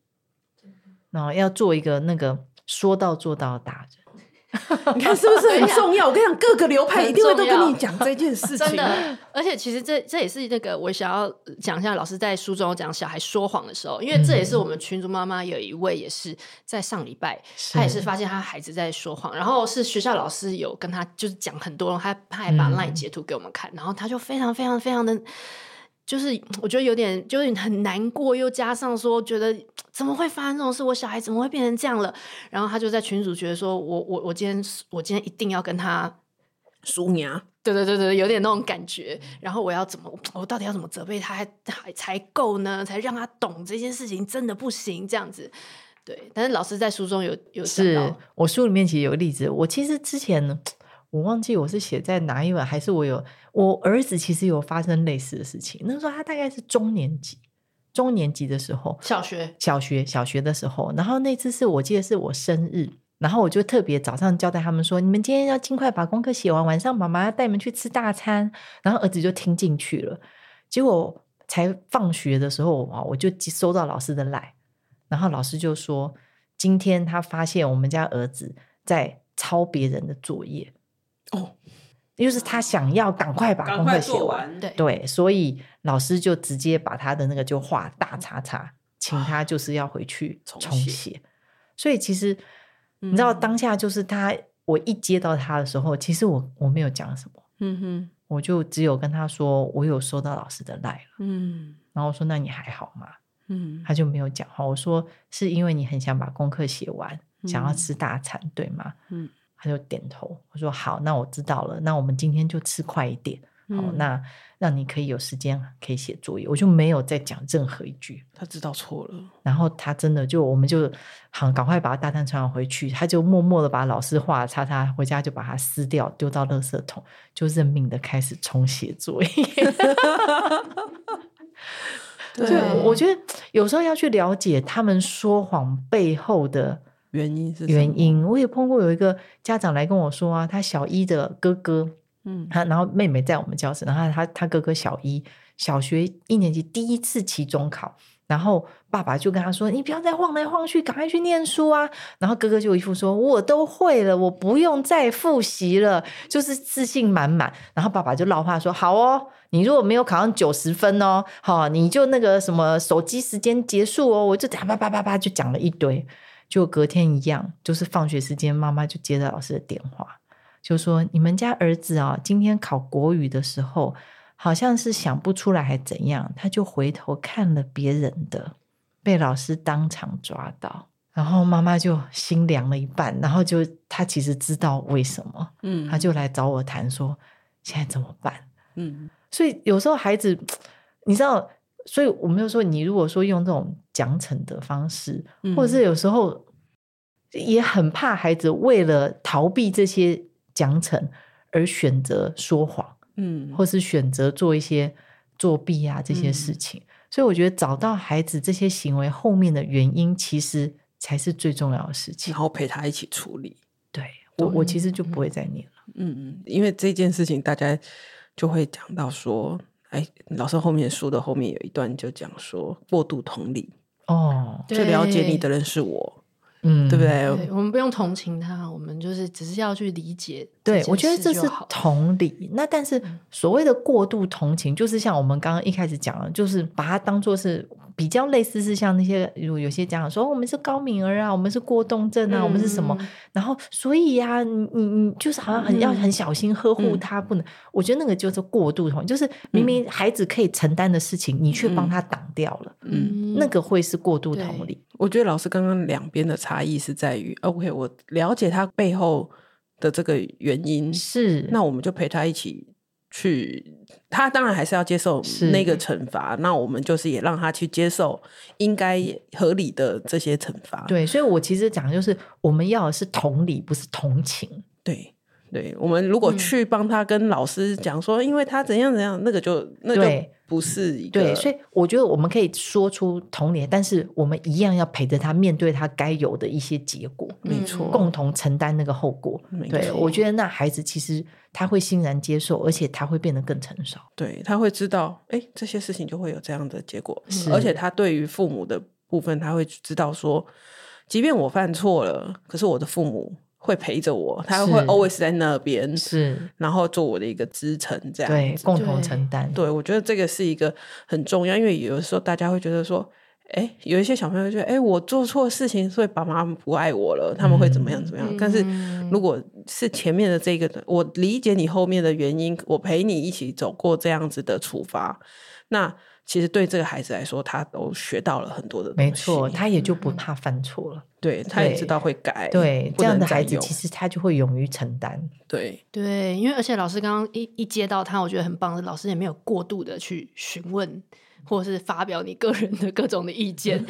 Speaker 3: 然后要做一个那个说到做到的达人，
Speaker 4: 你看是不是很重要？我跟你讲，各个流派一定会都跟你讲这 件 事情，
Speaker 2: 真的。而且其实这这也是那个我想要讲一下，老师在书中有讲小孩说谎的时候，因为这也是我们群主妈妈有一位也是在上礼拜他也是发现他孩子在说谎，然后是学校老师有跟他就是讲很多，他他还把
Speaker 3: 嗯
Speaker 2: LINE 截图给我们看，然后他就非常非常非常的，就是我觉得有点就是很难过，又加上说觉得怎么会发生这种事，我小孩怎么会变成这样了？然后他就在群组觉得说我我我今天我今天一定要跟他。
Speaker 4: 鼠娘。
Speaker 2: 对对对对，有点那种感觉。
Speaker 3: 嗯
Speaker 2: 然后我要怎么，我到底要怎么责备他还还才够呢？才让他懂这件事情真的不行这样子。对，但是老师在书中有有讲
Speaker 3: 是
Speaker 2: 到，
Speaker 3: 我书里面其实有个例子，我其实之前呢我忘记我是写在哪一本，还是我有我儿子其实有发生类似的事情。那时候他大概是中年级，中年级的时候，
Speaker 2: 小学
Speaker 3: 小学小学的时候，然后那次是我记得是我生日。然后我就特别早上交代他们说，你们今天要尽快把功课写完，晚上妈妈要带你们去吃大餐。然后儿子就听进去了，结果才放学的时候啊，我就收到老师的来，然后老师就说，今天他发现我们家儿子在抄别人的作业，
Speaker 4: 哦，
Speaker 3: 就是他想要赶快把功课写完，
Speaker 2: 对
Speaker 3: 对，所以老师就直接把他的那个就画大叉叉，请他就是要回去
Speaker 4: 啊重
Speaker 3: 重
Speaker 4: 写
Speaker 3: 写。所以其实你知道
Speaker 4: 嗯
Speaker 3: 当下就是他，我一接到他的时候，其实我我没有讲什么，
Speaker 4: 嗯哼，
Speaker 3: 我就只有跟他说我有收到老师的赖了，
Speaker 4: 嗯
Speaker 3: 然后我说那你还好吗？
Speaker 4: 嗯，
Speaker 3: 他就没有讲话。我说是因为你很想把功课写完，想要
Speaker 4: 嗯
Speaker 3: 吃大餐，对吗？
Speaker 4: 嗯，
Speaker 3: 他就点头。我说好，那我知道了，那我们今天就吃快一点。好，
Speaker 4: 嗯
Speaker 3: 那让你可以有时间啊可以写作业，我就没有再讲任何一句。
Speaker 4: 他知道错了，
Speaker 3: 然后他真的就，我们就好赶快把大单传回去，他就默默的把老师画的叉叉回家就把它撕掉，丢到垃圾桶，就认命的开始重写作业。
Speaker 4: 对
Speaker 3: 就
Speaker 4: 啊
Speaker 3: 我觉得有时候要去了解他们说谎背后的
Speaker 4: 原因
Speaker 3: 嗯
Speaker 4: 是什么
Speaker 3: 原，因。我也碰过有一个家长来跟我说啊，他小一的哥哥，
Speaker 4: 嗯
Speaker 3: 他然后妹妹在我们教室，然后他他哥哥小一小学一年级第一次期中考，然后爸爸就跟他说：“你不要再晃来晃去，赶快去念书啊！”然后哥哥就一副说：“我都会了，我不用再复习了。”就是自信满满。然后爸爸就唠话说：“好哦，你如果没有考上九十分哦，好，你就那个什么手机时间结束哦。”我就叭叭叭叭叭就讲了一堆。就隔天一样，就是放学时间，妈妈就接到老师的电话，就说你们家儿子啊，今天考国语的时候，好像是想不出来还怎样，他就回头看了别人的，被老师当场抓到。然后妈妈就心凉了一半，然后就他其实知道为什么，
Speaker 4: 嗯
Speaker 3: 他就来找我谈说现在怎么办。
Speaker 4: 嗯
Speaker 3: 所以有时候孩子，你知道，所以我们就说，你如果说用这种奖惩的方式，
Speaker 4: 嗯
Speaker 3: 或者是有时候也很怕孩子为了逃避这些奖惩，而选择说谎，
Speaker 4: 嗯，
Speaker 3: 或是选择做一些作弊啊这些事情。所以我觉得找到孩子这些行为后面的原因，其实才是最重要的事情
Speaker 4: 然。后陪他一起处理。
Speaker 3: 对我，我其实就不会再念了。
Speaker 4: 嗯，嗯，因为这件事情，大家就会讲到说，哎，老师后面书的后面有一段就讲说，过度同理，
Speaker 3: 哦，
Speaker 2: 对
Speaker 4: 最了解你的人是我，
Speaker 3: 嗯，
Speaker 4: 对不？
Speaker 2: 对
Speaker 4: 对？
Speaker 2: 我们不用同情他，我们就是只是要去理解件，事就
Speaker 3: 对
Speaker 2: 好。嗯
Speaker 3: 我觉得这是同理。那但是所谓的过度同情，就是像我们刚刚一开始讲的，就是把它当做是比较类似是像那些有有些家长说、哦我们是高敏儿啊，我们是过动症啊，我们是什么？
Speaker 2: 嗯？
Speaker 3: 然后所以呀、你你你就是好像很、
Speaker 2: 嗯
Speaker 3: 要
Speaker 2: 嗯
Speaker 3: 很小心呵护
Speaker 4: 嗯
Speaker 3: 他，不能。我觉得那个就是过度同情，就是明明孩子可以承担的事情，你却帮他挡掉了，
Speaker 4: 嗯，
Speaker 3: 那个会是过度同
Speaker 2: 对
Speaker 3: 理。
Speaker 4: 我觉得老师刚刚两边的差异是在于，OK，我了解他背后的这个原因，
Speaker 3: 是，
Speaker 4: 那我们就陪他一起去，他当然还是要接受
Speaker 3: 是
Speaker 4: 那个惩罚，那我们就是也让他去接受应该合理的这些惩罚。
Speaker 3: 对，所以我其实讲的就是我们要的是同理，不是同情。
Speaker 4: 对对，我们如果
Speaker 2: 嗯
Speaker 4: 去帮他跟老师讲说，因为他怎样怎样，那个就那就
Speaker 3: 对
Speaker 4: 不是一个
Speaker 3: 对，所以我觉得我们可以说出童年，但是我们一样要陪着他面对他该有的一些结果，
Speaker 4: 没
Speaker 2: 嗯
Speaker 4: 错，
Speaker 3: 共同承担那个后果。
Speaker 4: 没
Speaker 3: 对，
Speaker 4: 错
Speaker 3: 我觉得那孩子其实他会欣然接受，而且他会变得更成熟。
Speaker 4: 对他会知道，哎，这些事情就会有这样的结果，
Speaker 2: 嗯
Speaker 3: 是
Speaker 4: 而且他对于父母的部分，他会知道说，即便我犯错了，可是我的父母会陪着我，他会
Speaker 3: 是
Speaker 4: always 在那边，
Speaker 3: 是，
Speaker 4: 然后做我的一个支撑，这样
Speaker 3: 对，共同
Speaker 2: 对
Speaker 3: 承担。
Speaker 4: 对，我觉得这个是一个很重要，因为有的时候大家会觉得说，哎，有一些小朋友觉得，哎，我做错事情，所以爸妈不爱我了，他们会怎么样怎么样。
Speaker 3: 嗯
Speaker 4: 但是如果是前面的这个，我理解你后面的原因，我陪你一起走过这样子的处罚，那其实对这个孩子来说，他都学到了很多的东西，
Speaker 3: 没错，他也就不怕犯错了。
Speaker 4: 对，他也
Speaker 3: 对
Speaker 4: 知道会改，
Speaker 3: 对，
Speaker 4: 不
Speaker 3: 这样
Speaker 4: 能
Speaker 3: 的
Speaker 4: 再
Speaker 3: 孩子
Speaker 4: 用
Speaker 3: 其实他就会勇于承担。
Speaker 4: 对，
Speaker 2: 对，因为而且老师刚刚一一接到他，我觉得很棒，老师也没有过度的去询问或者是发表你个人的各种的意 见，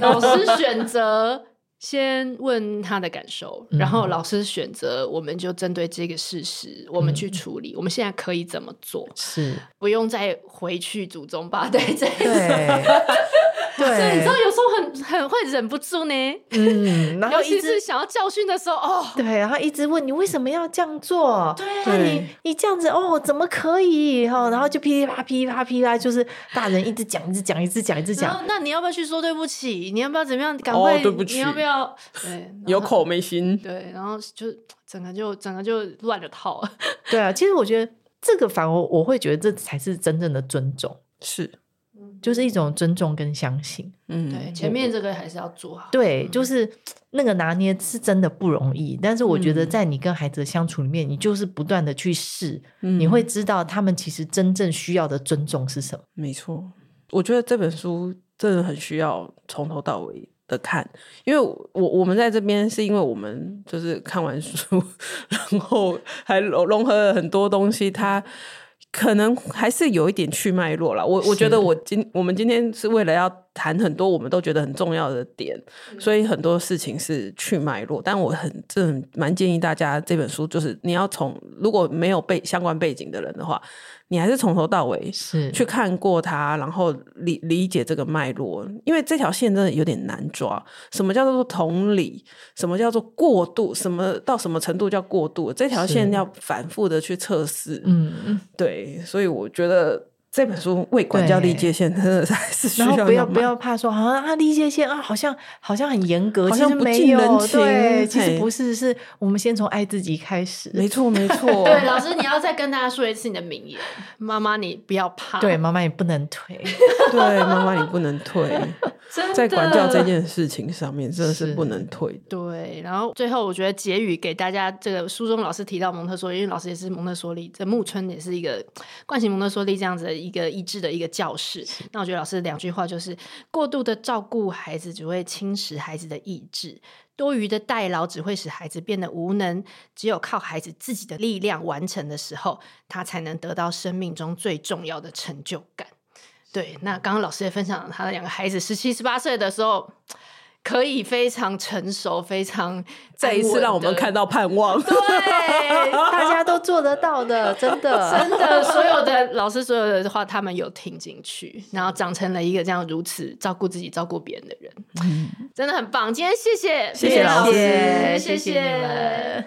Speaker 2: 老师选择先问他的感受，然后
Speaker 3: 嗯
Speaker 2: 老师选择我们就针对这个事实，我们去处理，我们现在可以怎么做，
Speaker 3: 是，
Speaker 2: 不用再回去祖宗八代再。
Speaker 3: 对，
Speaker 2: 所以你知
Speaker 3: 对
Speaker 2: 道，，有时候很很会忍不住呢，
Speaker 3: 嗯，然后
Speaker 2: 尤
Speaker 3: 一
Speaker 2: 其
Speaker 3: 直
Speaker 2: 是想要教训的时候，哦，
Speaker 3: 对，然后一直问你为什么要这样做？对你你这样子哦，怎么可以？哈、然后就噼里啪噼里啪噼里啪，就是大人一直讲，一直讲，一直讲，一直
Speaker 2: 然
Speaker 3: 讲
Speaker 2: 后，那你要不要去说对不起？你要不要怎么样？赶
Speaker 4: 哦
Speaker 2: 快，
Speaker 4: 对不
Speaker 2: 你要
Speaker 4: 起
Speaker 2: 不要？对，
Speaker 4: 有
Speaker 2: 然后
Speaker 4: 口没心，
Speaker 2: 对，然后就整个就整个就乱了套了。
Speaker 3: 对啊。其实我觉得这个反而我会觉得这才是真正的尊重，
Speaker 4: 是，
Speaker 3: 就是一种尊重跟相信。
Speaker 4: 嗯，
Speaker 2: 对，前面这个还是要做好。
Speaker 3: 对，就是那个拿捏是真的不容易，但是我觉得在你跟孩子的相处里面，你就是不断的去试，
Speaker 4: 嗯
Speaker 3: 你会知道他们其实真正需要的尊重是什么。
Speaker 4: 没错，我觉得这本书真的很需要从头到尾的看，因为我我们在这边是因为我们就是看完书，然后还融融合了很多东西，它。可能还是有一点去脉络啦。我我觉得
Speaker 3: 是
Speaker 4: 我今我们今天是为了要谈很多我们都觉得很重要的点，所以很多事情是去脉络。但我很这蛮建议大家这本书，就是你要从如果没有背相关背景的人的话，你还是从头到尾
Speaker 3: 是
Speaker 4: 去看过它，然后理理解这个脉络，因为这条线真的有点难抓。什么叫做同理？什么叫做过度？什么到什么程度叫过度？这条线
Speaker 3: 是
Speaker 4: 要反复的去测试。
Speaker 3: 嗯嗯。
Speaker 4: 对，所以我觉得这本书为管教
Speaker 3: 对
Speaker 4: 立界线真的是还是需
Speaker 3: 然后
Speaker 4: 要
Speaker 3: 不要
Speaker 4: 买
Speaker 3: 不要怕说，好像啊，立界线啊，好像好像很严格，
Speaker 4: 好
Speaker 3: 其
Speaker 4: 像
Speaker 3: 实
Speaker 4: 不
Speaker 3: 没
Speaker 4: 近
Speaker 3: 有，
Speaker 4: 人情
Speaker 3: 对，其实
Speaker 4: 嘿
Speaker 3: 不是，是我们先从爱自己开始。
Speaker 4: 没错没错，
Speaker 2: 对，老师，你要再跟大家说一次你的名言：妈妈，你不要怕。
Speaker 3: 对，，妈妈也不能退，
Speaker 4: 对妈妈你不能退，
Speaker 2: 真的
Speaker 4: 在管教这。件事情上面真的是
Speaker 3: 是
Speaker 4: 不能退的。
Speaker 2: 对，然后最后我觉得结语给大家，这个书中老师提到蒙特梭利，因为老师也是蒙特梭利，这木村也是一个惯性蒙特梭利这样子的一个益智的一个教室。那我觉得老师两句话就是：过度的照顾孩子只会侵蚀孩子的意志，多余的代劳只会使孩子变得无能。只有靠孩子自己的力量完成的时候，他才能得到生命中最重要的成就感。对，那刚刚老师也分享了他的两个孩子，十七、十八岁的时候，可以非常成熟，非常
Speaker 4: 再一次让我
Speaker 2: 安
Speaker 4: 们
Speaker 2: 稳地
Speaker 4: 看到盼望。
Speaker 2: 对，
Speaker 3: 哎大家都做得到的，真的
Speaker 2: 真。的，所有的老师所有的话，他们有听进去，然后长成了一个这样如此照顾自己、照顾别人的人，真的很棒。今天谢谢，
Speaker 3: 谢谢老
Speaker 2: 谢谢
Speaker 3: 师谢谢你
Speaker 2: 谢
Speaker 3: 们。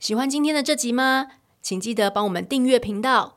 Speaker 2: 喜欢今天的这集吗？请记得帮我们订阅频道，